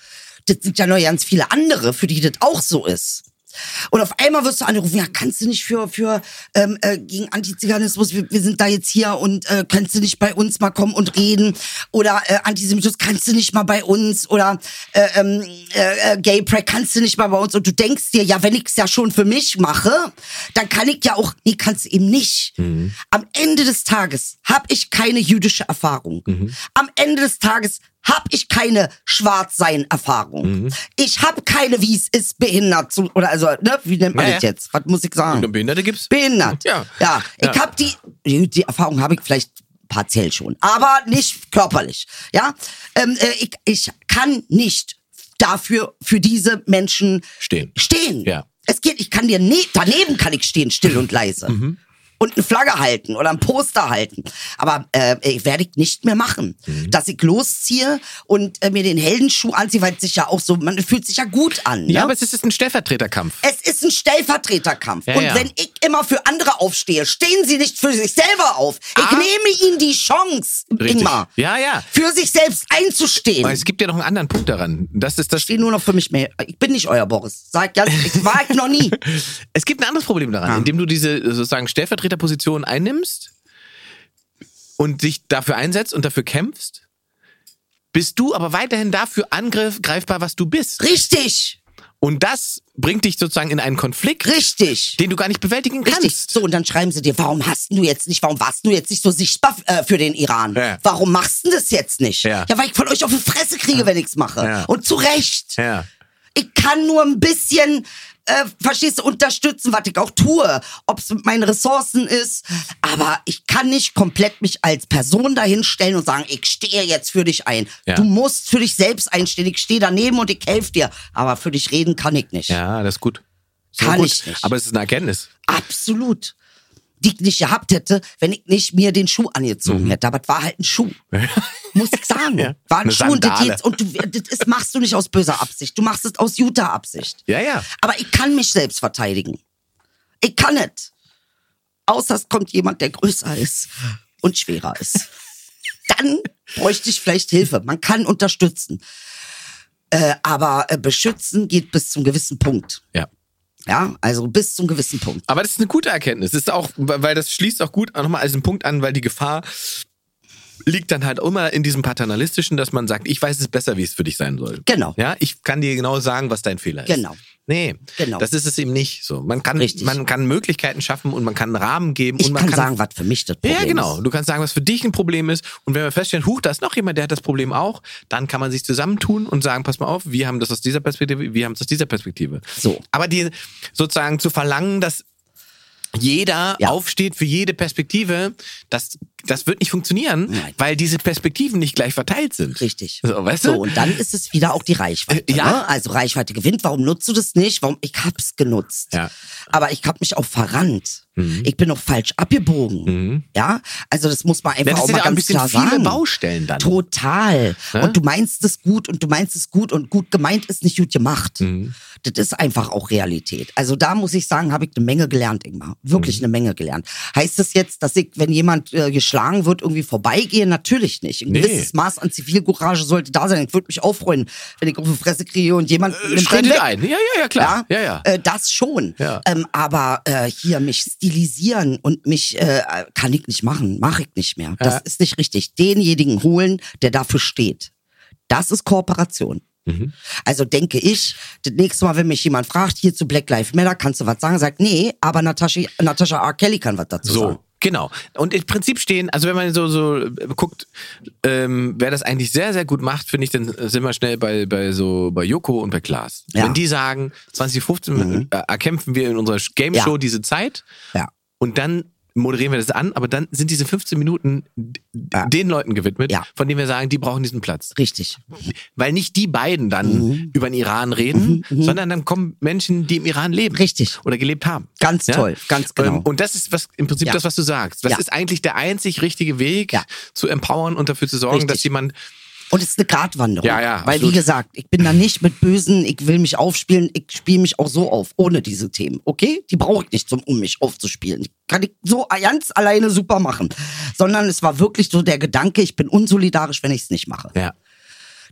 S4: das sind ja noch ganz viele andere, für die das auch so ist. Und auf einmal wirst du angerufen, ja, kannst du nicht für, für ähm, äh, gegen Antiziganismus, wir, wir sind da jetzt hier und äh, kannst du nicht bei uns mal kommen und reden? Oder äh, Antisemitismus, kannst du nicht mal bei uns? Oder äh, ähm, äh, äh, Gay Pride, kannst du nicht mal bei uns? Und du denkst dir, ja, wenn ich's ja schon für mich mache, dann kann ich ja auch, nee, kannst du eben nicht. Am Ende des Tages habe ich keine jüdische Erfahrung. Am Ende des Tages habe ich keine Schwarzsein-Erfahrung.
S2: Mhm.
S4: Ich habe keine, wie es ist, behindert zu, oder also, ne, wie nennt man
S2: Ja,
S4: das
S2: ja.
S4: jetzt? Was muss ich
S2: Und
S4: sagen?
S2: Behinderte gibt's.
S4: Behindert.
S2: Ja.
S4: ja. Ich
S2: Ja.
S4: habe die, die die Erfahrung habe ich vielleicht partiell schon, aber nicht körperlich. Ja, ähm, äh, ich, ich kann nicht dafür, für diese Menschen
S2: Stehen.
S4: Stehen.
S2: Ja.
S4: Es geht, ich kann dir, ne daneben kann ich stehen, still und leise.
S2: Mhm.
S4: Und eine Flagge halten oder ein Poster halten. Aber äh, ich werde ich nicht mehr machen.
S2: Mhm.
S4: Dass ich losziehe und äh, mir den Heldenschuh anziehe, weil es sich ja auch so, man fühlt sich ja gut an. Ne?
S2: Ja, aber es ist ein Stellvertreterkampf.
S4: es ist ein Stellvertreterkampf.
S2: Ja,
S4: und
S2: ja.
S4: wenn ich immer für andere aufstehe, stehen sie nicht für sich selber auf. Ich
S2: Ah.
S4: nehme ihnen die Chance,
S2: Richtig.
S4: Ingmar,
S2: Ja, ja.
S4: für sich selbst einzustehen.
S2: Aber es gibt ja noch einen anderen Punkt daran. Das ist das
S4: ich stehe nur noch für mich mehr. Ich bin nicht euer Boris. Sag ja, ich war ich noch nie.
S2: Es gibt ein anderes Problem daran,
S4: Ja.
S2: indem du diese sozusagen Stellvertreterposition einnimmst und dich dafür einsetzt und dafür kämpfst, bist du aber weiterhin dafür angreifbar, was du bist.
S4: Richtig.
S2: Und das bringt dich sozusagen in einen Konflikt,
S4: Richtig.
S2: den du gar nicht bewältigen kannst.
S4: Richtig. So, und dann schreiben sie dir, warum hast du jetzt nicht, warum warst du jetzt nicht so sichtbar äh, für den Iran?
S2: Ja.
S4: Warum machst du das jetzt nicht?
S2: Ja.
S4: weil ich von euch auf die Fresse kriege, wenn ich's mache.
S2: Ja.
S4: Und zu Recht.
S2: Ja.
S4: Ich kann nur ein bisschen, äh, verstehst du, unterstützen, was ich auch tue. Ob es mit meinen Ressourcen ist. Aber ich kann nicht komplett mich als Person dahinstellen und sagen, ich stehe jetzt für dich ein.
S2: Ja.
S4: Du musst für dich selbst einstehen. Ich stehe daneben und ich helfe dir. Aber für dich reden kann ich nicht.
S2: ja, das ist gut. Ist
S4: Kann
S2: gut.
S4: ich nicht.
S2: Aber es ist eine Erkenntnis.
S4: Absolut. Die ich nicht gehabt hätte, wenn ich nicht mir den Schuh angezogen hätte. Aber es war halt ein Schuh. Muss ich sagen.
S2: Mhm. Ja.
S4: War ein
S2: Eine
S4: Schuh und das,
S2: Sandale.
S4: jetzt, und du, das ist, machst du nicht aus böser Absicht. Du machst es aus guter Absicht.
S2: Ja, ja.
S4: Aber ich kann mich selbst verteidigen. Ich kann es. Außer es kommt jemand, der größer ist und schwerer ist. Dann bräuchte ich vielleicht Hilfe. Man kann unterstützen. Äh, aber äh, beschützen geht bis zum gewissen Punkt.
S2: Ja.
S4: Ja, also bis zum gewissen Punkt.
S2: Aber das ist eine gute Erkenntnis. Das ist auch, weil das schließt auch gut nochmal als einen Punkt an, weil die Gefahr liegt dann halt immer in diesem paternalistischen, dass man sagt, ich weiß es besser, wie es für dich sein soll.
S4: Genau.
S2: Ja, ich kann dir genau sagen, was dein Fehler ist.
S4: Genau.
S2: Nee,
S4: Genau.
S2: das ist es eben nicht so. Man kann,
S4: Richtig.
S2: man kann Möglichkeiten schaffen und man kann einen Rahmen geben
S4: Ich
S2: und man
S4: kann, sagen, was für mich das Problem
S2: ja, genau.
S4: ist.
S2: Du kannst sagen, was für dich ein Problem ist. Und wenn wir feststellen, huch, da ist noch jemand, der hat das Problem auch, dann kann man sich zusammentun und sagen, pass mal auf, wir haben das aus dieser Perspektive, wir haben es aus dieser Perspektive.
S4: So.
S2: Aber die sozusagen zu verlangen, dass jeder
S4: Ja.
S2: aufsteht für jede Perspektive, das, das wird nicht funktionieren,
S4: Nein.
S2: weil diese Perspektiven nicht gleich verteilt sind.
S4: Richtig.
S2: So, weißt
S4: So,
S2: du?
S4: und dann ist es wieder auch die Reichweite.
S2: Äh, ja.
S4: Ne? Also Reichweite gewinnt. Warum nutzt du das nicht? Warum? Ich hab's genutzt.
S2: Ja. Mhm.
S4: Aber ich hab mich auch verrannt. Ich bin auch falsch abgebogen. Ja. Also das muss man einfach
S2: Ja, das
S4: auch
S2: sind
S4: mal
S2: ja auch ein
S4: ganz
S2: bisschen
S4: klar
S2: viele
S4: sagen.
S2: Baustellen dann.
S4: Total.
S2: Ne?
S4: Und du meinst es gut und du meinst es gut und gut gemeint ist nicht gut gemacht.
S2: Mhm.
S4: Das ist einfach auch Realität. Also da muss ich sagen, habe ich eine Menge gelernt, Ingmar. Wirklich
S2: Mhm.
S4: eine Menge gelernt. Heißt das jetzt, dass ich, wenn jemand äh, geschlagen wird, irgendwie vorbeigehe? Natürlich nicht. Ein
S2: Nee.
S4: gewisses Maß an Zivilcourage sollte da sein. Ich würde mich auch freuen, wenn ich auf die Fresse kriege und jemand
S2: Äh,
S4: nimmt den
S2: Schreitet
S4: weg.
S2: ein. Ja, ja, ja, klar. Ja, ja.
S4: Äh, das schon.
S2: Ja.
S4: Ähm, aber äh, hier mich stilisieren und mich äh, kann ich nicht machen, mache ich nicht mehr. Das ist nicht richtig. Denjenigen holen, der dafür steht. Das ist Kooperation.
S2: Mhm.
S4: Also denke ich, das nächste Mal, wenn mich jemand fragt, hier zu Black Lives Matter, kannst du was sagen? Sagt, nee, aber Natascha, Natascha R. Kelly kann was dazu
S2: So,
S4: sagen.
S2: Genau. Und im Prinzip stehen, also wenn man so, so äh, guckt, ähm, wer das eigentlich sehr, sehr gut macht, finde ich, dann sind wir schnell bei, bei so bei Joko und bei Klaas.
S4: Ja. Mhm.
S2: Wenn die sagen, 2015 äh, erkämpfen wir in unserer Game Show
S4: Ja.
S2: diese Zeit
S4: Ja.
S2: und dann moderieren wir das an, aber dann sind diese 15 Minuten d-
S4: Ja.
S2: den Leuten gewidmet,
S4: Ja.
S2: von denen wir sagen, die brauchen diesen Platz.
S4: Richtig.
S2: Weil nicht die beiden dann
S4: Mhm.
S2: über den Iran reden, sondern dann kommen Menschen, die im Iran leben.
S4: Richtig.
S2: Oder gelebt haben.
S4: Ganz toll, ganz genau.
S2: Ähm, Und das ist was, im Prinzip
S4: Ja.
S2: das, was du sagst. Das
S4: Ja.
S2: ist eigentlich der einzig richtige Weg,
S4: Ja.
S2: zu empowern und dafür zu sorgen,
S4: Richtig.
S2: dass jemand,
S4: Und es ist eine Gratwanderung.
S2: Ja, ja,
S4: Weil,
S2: absolut.
S4: wie gesagt, ich bin da nicht mit Bösen, ich will mich aufspielen, ich spiele mich auch so auf, ohne diese Themen, okay? Die brauche ich nicht, um, um mich aufzuspielen. Kann ich so ganz alleine super machen. Sondern es war wirklich so der Gedanke, ich bin unsolidarisch, wenn ich es nicht mache.
S2: ja.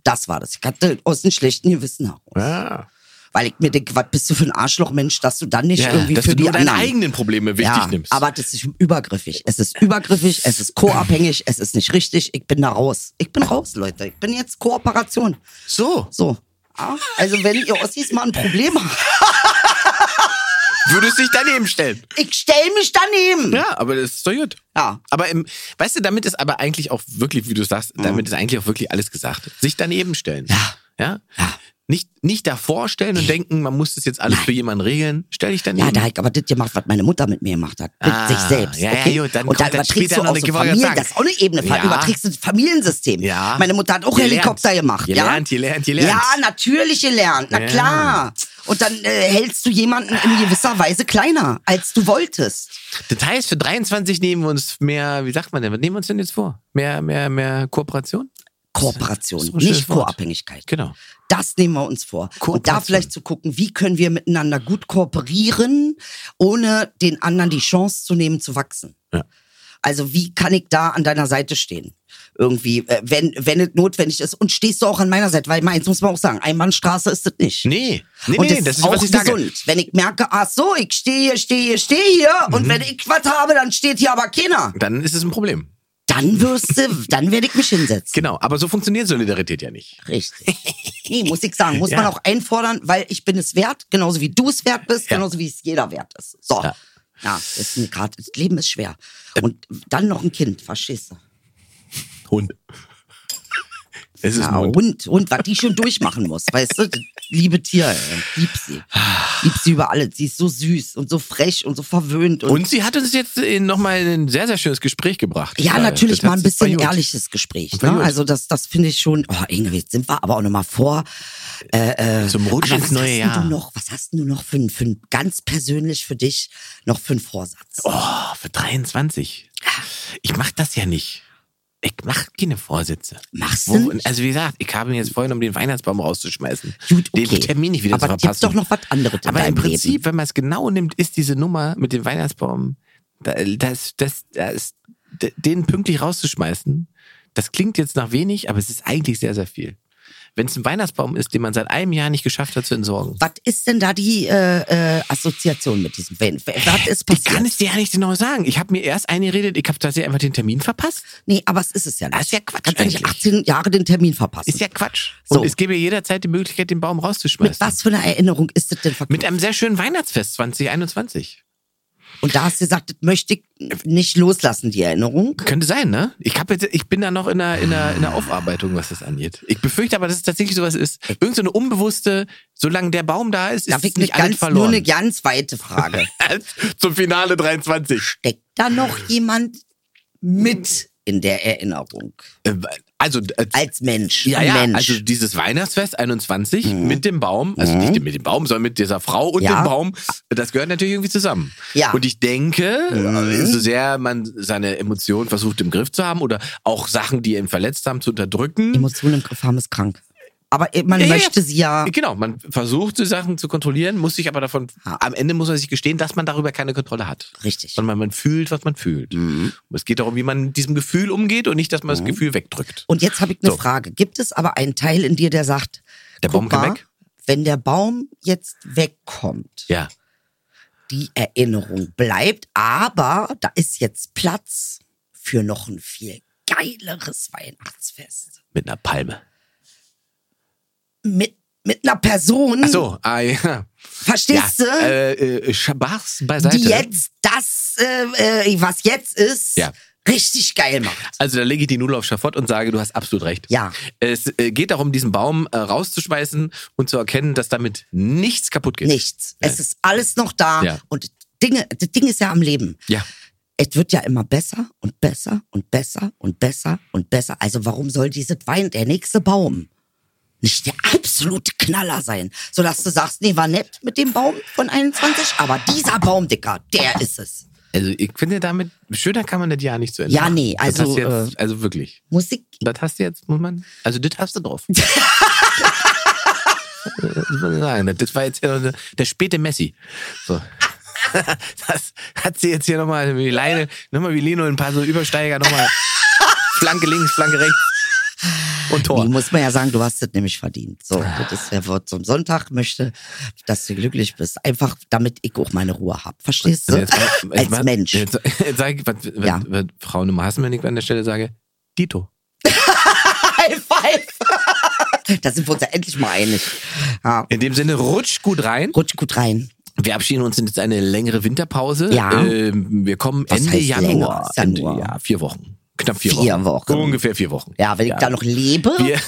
S4: Das war das. Ich hatte aus einem schlechten Gewissen heraus.
S2: Ja,
S4: Weil ich mir denke, was bist du für ein Arschlochmensch, dass du dann nicht irgendwie
S2: dass
S4: für
S2: du
S4: die
S2: nur deine
S4: anderen-
S2: eigenen Probleme wichtig
S4: ja,
S2: nimmst.
S4: aber das ist übergriffig. Es ist übergriffig, es ist co-abhängig, es ist nicht richtig. Ich bin da raus. Ich bin raus, Leute. Ich bin jetzt Kooperation.
S2: so,
S4: So. Ja? Also wenn ihr Ossis mal ein Problem habt,
S2: würdest dich daneben stellen.
S4: ich stell mich daneben. Ja.
S2: Ja, aber das ist doch gut. Aber im, weißt du, damit ist aber eigentlich auch wirklich, wie du sagst,
S4: Mhm.
S2: damit ist eigentlich auch wirklich alles gesagt. Sich daneben stellen. Ja. Ja. Nicht, nicht davor stellen und denken, man muss das jetzt alles für jemanden regeln. Stell dich daneben.
S4: Ja, da hab ich aber das gemacht, was meine Mutter mit mir gemacht hat. Mit
S2: Ah,
S4: sich selbst.
S2: ja, ja, gut,
S4: Okay?
S2: dann
S4: und dann
S2: kommt- dann
S4: überträgst
S2: später
S4: du
S2: noch
S4: auch
S2: eine
S4: so
S2: Gewalt-
S4: Familien,
S2: sagen.
S4: das ist auch eine Ebene.
S2: Ja.
S4: Überträgst du das Familiensystem.
S2: Ja.
S4: Meine Mutter hat auch
S2: Gelernt.
S4: Helikopter gemacht.
S2: Gelernt,
S4: ja?
S2: gelernt, gelernt.
S4: Ja, natürlich gelernt. Na
S2: Ja.
S4: klar. Und dann äh, hältst du jemanden in gewisser Weise kleiner, als du wolltest.
S2: Das heißt, für 23 nehmen wir uns mehr, wie sagt man denn, was nehmen wir uns denn jetzt vor? Mehr, mehr, mehr Kooperation?
S4: Kooperation,
S2: Das ist ein schönes
S4: nicht
S2: Wort.
S4: Co-Abhängigkeit.
S2: Genau.
S4: Das nehmen wir uns vor. Und da
S2: Kooperation.
S4: vielleicht zu gucken, wie können wir miteinander gut kooperieren, ohne den anderen die Chance zu nehmen, zu wachsen.
S2: Ja.
S4: Also wie kann ich da an deiner Seite stehen? Irgendwie, äh, wenn, wenn es notwendig ist. Und stehst du auch an meiner Seite? Weil meins muss man auch sagen, Einbahnstraße ist es nicht.
S2: Nee, nee,
S4: und
S2: nee,
S4: das, ist
S2: was
S4: auch
S2: ich sage.
S4: gesund. Wenn ich merke, ach so, ich stehe, stehe, stehe hier. Und
S2: Mhm.
S4: wenn ich was habe, dann steht hier aber keiner.
S2: Dann ist es ein Problem.
S4: Dann wirst du, dann werde ich mich hinsetzen.
S2: Genau. Aber so funktioniert Solidarität ja nicht.
S4: Richtig. Nee, muss ich sagen, muss
S2: Ja.
S4: man auch einfordern, weil ich bin es wert, genauso wie du es wert bist,
S2: Ja.
S4: genauso wie es jeder wert ist. So.
S2: Ja. Äh.
S4: Ja, ist mir grad, das Leben ist schwer. Und dann noch ein Kind, verstehst du?
S2: Hund. Es ist
S4: Ja,
S2: ein Hund.
S4: Hund, Hund, was die schon durchmachen muss, weißt du? Das Liebe Tier, ey. lieb sie. Lieb sie über alles. Sie ist so süß und so frech und so verwöhnt. Und,
S2: Und sie hat uns jetzt nochmal ein sehr, sehr schönes Gespräch gebracht.
S4: ja,
S2: Weil
S4: natürlich
S2: äh, das hat
S4: mal ein
S2: sie bei
S4: bisschen
S2: Jut.
S4: ehrliches Gespräch.
S2: Bei
S4: Ne?
S2: Jut.
S4: Also das, das finde ich schon, oh Inge, jetzt sind wir aber auch nochmal vor.
S2: Zum Rutsch
S4: Aber
S2: ins
S4: was
S2: neue
S4: hast denn
S2: Jahr.
S4: du noch, was hast denn du noch für, einen- für einen- ganz persönlich für dich noch für einen Vorsatz?
S2: Oh, für 23. Ich mach das ja nicht. Ich mach keine Vorsätze.
S4: Machst du
S2: Wo,
S4: nicht?
S2: also wie gesagt, ich habe mir jetzt vorhin, um den Weihnachtsbaum rauszuschmeißen,
S4: Gut, okay.
S2: den Termin nicht wieder
S4: Aber
S2: zu verpassen.
S4: gibt's doch noch was anderes in
S2: Aber im
S4: deinem
S2: Prinzip,
S4: Leben.
S2: wenn man es genau nimmt, ist diese Nummer mit dem Weihnachtsbaum, da- das, das, das, d- den pünktlich rauszuschmeißen, das klingt jetzt nach wenig, aber es ist eigentlich sehr, sehr viel. Wenn es ein Weihnachtsbaum ist, den man seit einem Jahr nicht geschafft hat zu entsorgen.
S4: Was ist denn da die äh, äh, Assoziation mit diesem Van? Was ist passiert?
S2: Ich kann es dir ja nicht genau sagen. Ich habe mir erst eingeredet, ich habe tatsächlich einfach den Termin verpasst.
S4: nee, aber es ist es ja nicht.
S2: Das ist ja Quatsch
S4: Kannst du nicht
S2: eigentlich.
S4: 18 Jahre den Termin verpassen?
S2: Ist ja Quatsch.
S4: So.
S2: Und es gäbe jederzeit die Möglichkeit, den Baum rauszuschmeißen.
S4: mit was für einer Erinnerung ist das denn verknüpft?
S2: Mit einem sehr schönen Weihnachtsfest 2021.
S4: Und da hast du gesagt, das möchte ich
S2: Äh,
S4: nicht loslassen, die Erinnerung.
S2: Könnte sein, ne? Ich hab jetzt, ich bin da noch in der, in der, in der Aufarbeitung, was das angeht. Ich befürchte aber, dass es tatsächlich sowas ist. Irgend so eine unbewusste, solange der Baum da ist, ist
S4: Darf
S2: es
S4: ich eine
S2: nicht alles
S4: ganz, nur
S2: verloren.
S4: eine ganz weite Frage.
S2: Zum Finale 23.
S4: Steckt da noch jemand mit in der Erinnerung?
S2: Äh, Also, äh,
S4: Als Mensch.
S2: ja,
S4: ein
S2: ja,
S4: Mensch. Mhm.
S2: also dieses Weihnachtsfest 21 mit dem Baum, also nicht mit dem Baum, sondern mit dieser Frau und
S4: Ja.
S2: dem Baum, das gehört natürlich irgendwie zusammen.
S4: Ja. Mhm.
S2: Und ich denke, äh, so sehr man seine Emotionen versucht im Griff zu haben oder auch Sachen, die ihn verletzt haben, zu unterdrücken,
S4: Emotionen im Griff haben ist krank. Aber man
S2: Ja, ja, ja.
S4: möchte sie ja.
S2: Genau, man versucht, die Sachen zu kontrollieren, muss sich aber davon,
S4: Ja.
S2: am Ende muss man sich gestehen, dass man darüber keine Kontrolle hat.
S4: Richtig. Mhm.
S2: Sondern man fühlt, was man fühlt. Und Es geht darum, wie man mit diesem Gefühl umgeht und nicht, dass man das Gefühl wegdrückt.
S4: Und jetzt habe ich eine
S2: So.
S4: Frage. Gibt es aber einen Teil in dir, der sagt,
S2: Der
S4: guck
S2: Baum kann
S4: mal,
S2: weg?
S4: wenn der Baum jetzt wegkommt,
S2: Ja.
S4: die Erinnerung bleibt, aber da ist jetzt Platz für noch ein viel geileres Weihnachtsfest.
S2: Mit einer Palme.
S4: Mit mit einer Person,
S2: Ach so, ah, ja. ja.
S4: verstehst du,
S2: Äh, äh, Schabachs beiseite.
S4: die jetzt das, äh, äh, was jetzt ist,
S2: Ja.
S4: richtig geil macht.
S2: Also da lege ich die Nudel auf Schafott und sage, du hast absolut recht.
S4: Ja.
S2: Es äh, geht darum, diesen Baum äh, rauszuschmeißen und zu erkennen, dass damit nichts kaputt geht.
S4: Nichts. Es ist alles noch da
S2: Ja.
S4: und Dinge, das Ding ist ja am Leben.
S2: Ja.
S4: Es wird ja immer besser und besser und besser und besser und besser. Also warum soll dieses Wein, der nächste Baum, nicht der absolute Knaller sein? Sodass du sagst, nee, war nett mit dem Baum von 21, aber dieser Baum, Dicker, der ist es.
S2: Also ich finde damit, schöner kann man das ja nicht zu Ende
S4: Ja,
S2: machen.
S4: nee,
S2: Das
S4: also,
S2: hast du jetzt, also wirklich.
S4: Musik.
S2: Das hast du jetzt, muss man, also das hast du drauf. das muss man sagen. Das war jetzt hier noch der späte Messi. So. Das hat sie jetzt hier nochmal wie Leine, nochmal wie Lino, ein paar so Übersteiger, nochmal Flanke links, Flanke rechts und Tor. Ah.
S4: Nee, muss man ja sagen, du hast das nämlich verdient. So, das ist der Wort zum Sonntag. Möchte, dass du glücklich bist. Einfach, damit ich auch meine Ruhe hab. Verstehst du?
S2: Also jetzt mal-
S4: Als
S2: mal-
S4: Mensch.
S2: Jetzt, jetzt sag ich, was, was,
S4: Ja.
S2: was Frau Nummer Hassenmännig an der Stelle sage, Dito.
S4: High five! da sind wir uns ja endlich mal einig. Ja.
S2: In dem Sinne, rutsch gut rein.
S4: Rutsch gut rein.
S2: Wir abschieden uns in jetzt eine längere Winterpause.
S4: Ja.
S2: Ähm, wir kommen
S4: Was
S2: Ende
S4: heißt länger?
S2: Januar.
S4: Ist Januar.
S2: Ende, ja, vier Wochen. Knapp vier,
S4: Vier Wochen. Äh,
S2: Ungefähr vier Wochen.
S4: Ja, wenn ich da noch lebe,
S2: Wir,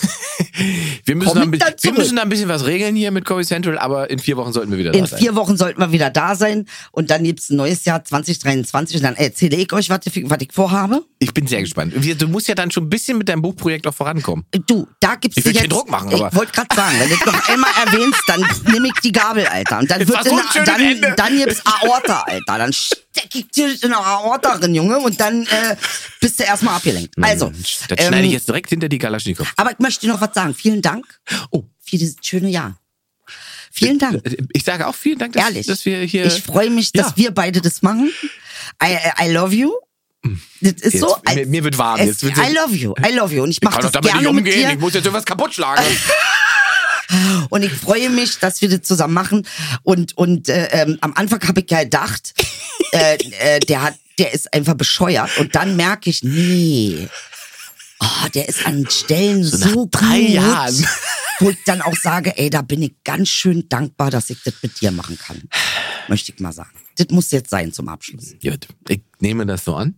S2: wir, müssen
S4: Komm
S2: da ein, bi-
S4: ich dann
S2: wir
S4: zurück.
S2: müssen da ein bisschen was regeln hier mit Comedy Central, aber in vier Wochen sollten wir wieder
S4: in
S2: da sein.
S4: vier Wochen sollten wir wieder da sein. Und dann gibt's ein neues Jahr 2023. Und dann erzähle ich euch, was ich, was ich vorhabe.
S2: Ich bin sehr gespannt. Wir- Du musst ja dann schon ein bisschen mit deinem Buchprojekt auch vorankommen.
S4: Du, da gibt's
S2: Ich will
S4: jetzt,
S2: keinen Druck machen,
S4: Ich
S2: aber-
S4: wollte gerade sagen, wenn du es noch einmal erwähnst, dann nehme ich die Gabel, Alter. Und dann
S2: Es war
S4: wird
S2: so
S4: in
S2: ein schönes Ende.
S4: dann, dann gibt's Aorta, Alter. Dann steck ich dir in eine Aorta drin, Junge. Und dann äh, bist du erstmal abgelenkt. Also,
S2: Das schneide ich jetzt direkt hinter die Galaschnikow.
S4: aber ich möchte dir noch was sagen. Vielen Dank
S2: Oh,
S4: für dieses schöne Jahr. Vielen Dank.
S2: ich sage auch vielen Dank, dass,
S4: Ehrlich.
S2: Äh, dass wir hier.
S4: ich freue mich, dass
S2: Ja.
S4: wir beide das machen. I, I- I love you. Das ist
S2: Hm. Jetzt-
S4: so.
S2: mir- mir wird warm. Jetzt
S4: Es,
S2: wird-
S4: I love you. I love you. Und ich mache
S2: kann doch
S4: das
S2: damit nicht
S4: gerne mit
S2: umgehen.
S4: dir.
S2: Ich muss jetzt irgendwas kaputt schlagen.
S4: Und ich freue mich, dass wir das zusammen machen. Und, und äh, ähm, am Anfang habe ich ja gedacht, äh, äh, der, hat, der ist einfach bescheuert. Und dann merke ich, nee. Oh, der ist an Stellen so, gut,
S2: drei Jahren.
S4: wo ich dann auch sage, ey, da bin ich ganz schön dankbar, dass ich das mit dir machen kann. Möchte ich mal sagen. Das muss jetzt sein zum Abschluss.
S2: Gut, ich nehme das so an.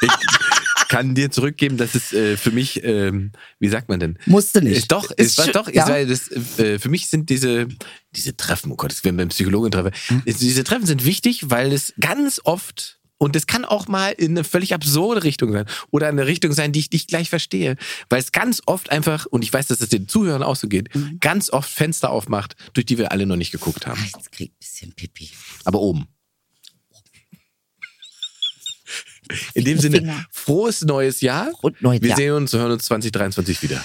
S2: ich kann dir zurückgeben, dass es äh, für mich, ähm, wie sagt man denn?
S4: Musste nicht.
S2: Ist doch, ist, was
S4: schön,
S2: doch, ist,
S4: ja?
S2: weil das, äh, für mich sind diese, diese Treffen, oh Gott, das werden wir beim Psychologen treffen.
S4: Hm.
S2: Diese Treffen sind wichtig, weil es ganz oft, und es kann auch mal in eine völlig absurde Richtung sein oder in eine Richtung sein, die ich nicht gleich verstehe, weil es ganz oft einfach, und ich weiß, dass es den Zuhörern auch so geht,
S4: Mhm.
S2: ganz oft Fenster aufmacht, durch die wir alle noch nicht geguckt haben.
S4: Ah, Jetzt krieg ich ein bisschen Pipi.
S2: Aber oben. In dem Sinne, frohes neues Jahr.
S4: Frohes neues
S2: Wir
S4: Jahr.
S2: sehen uns, hören uns 2023 wieder.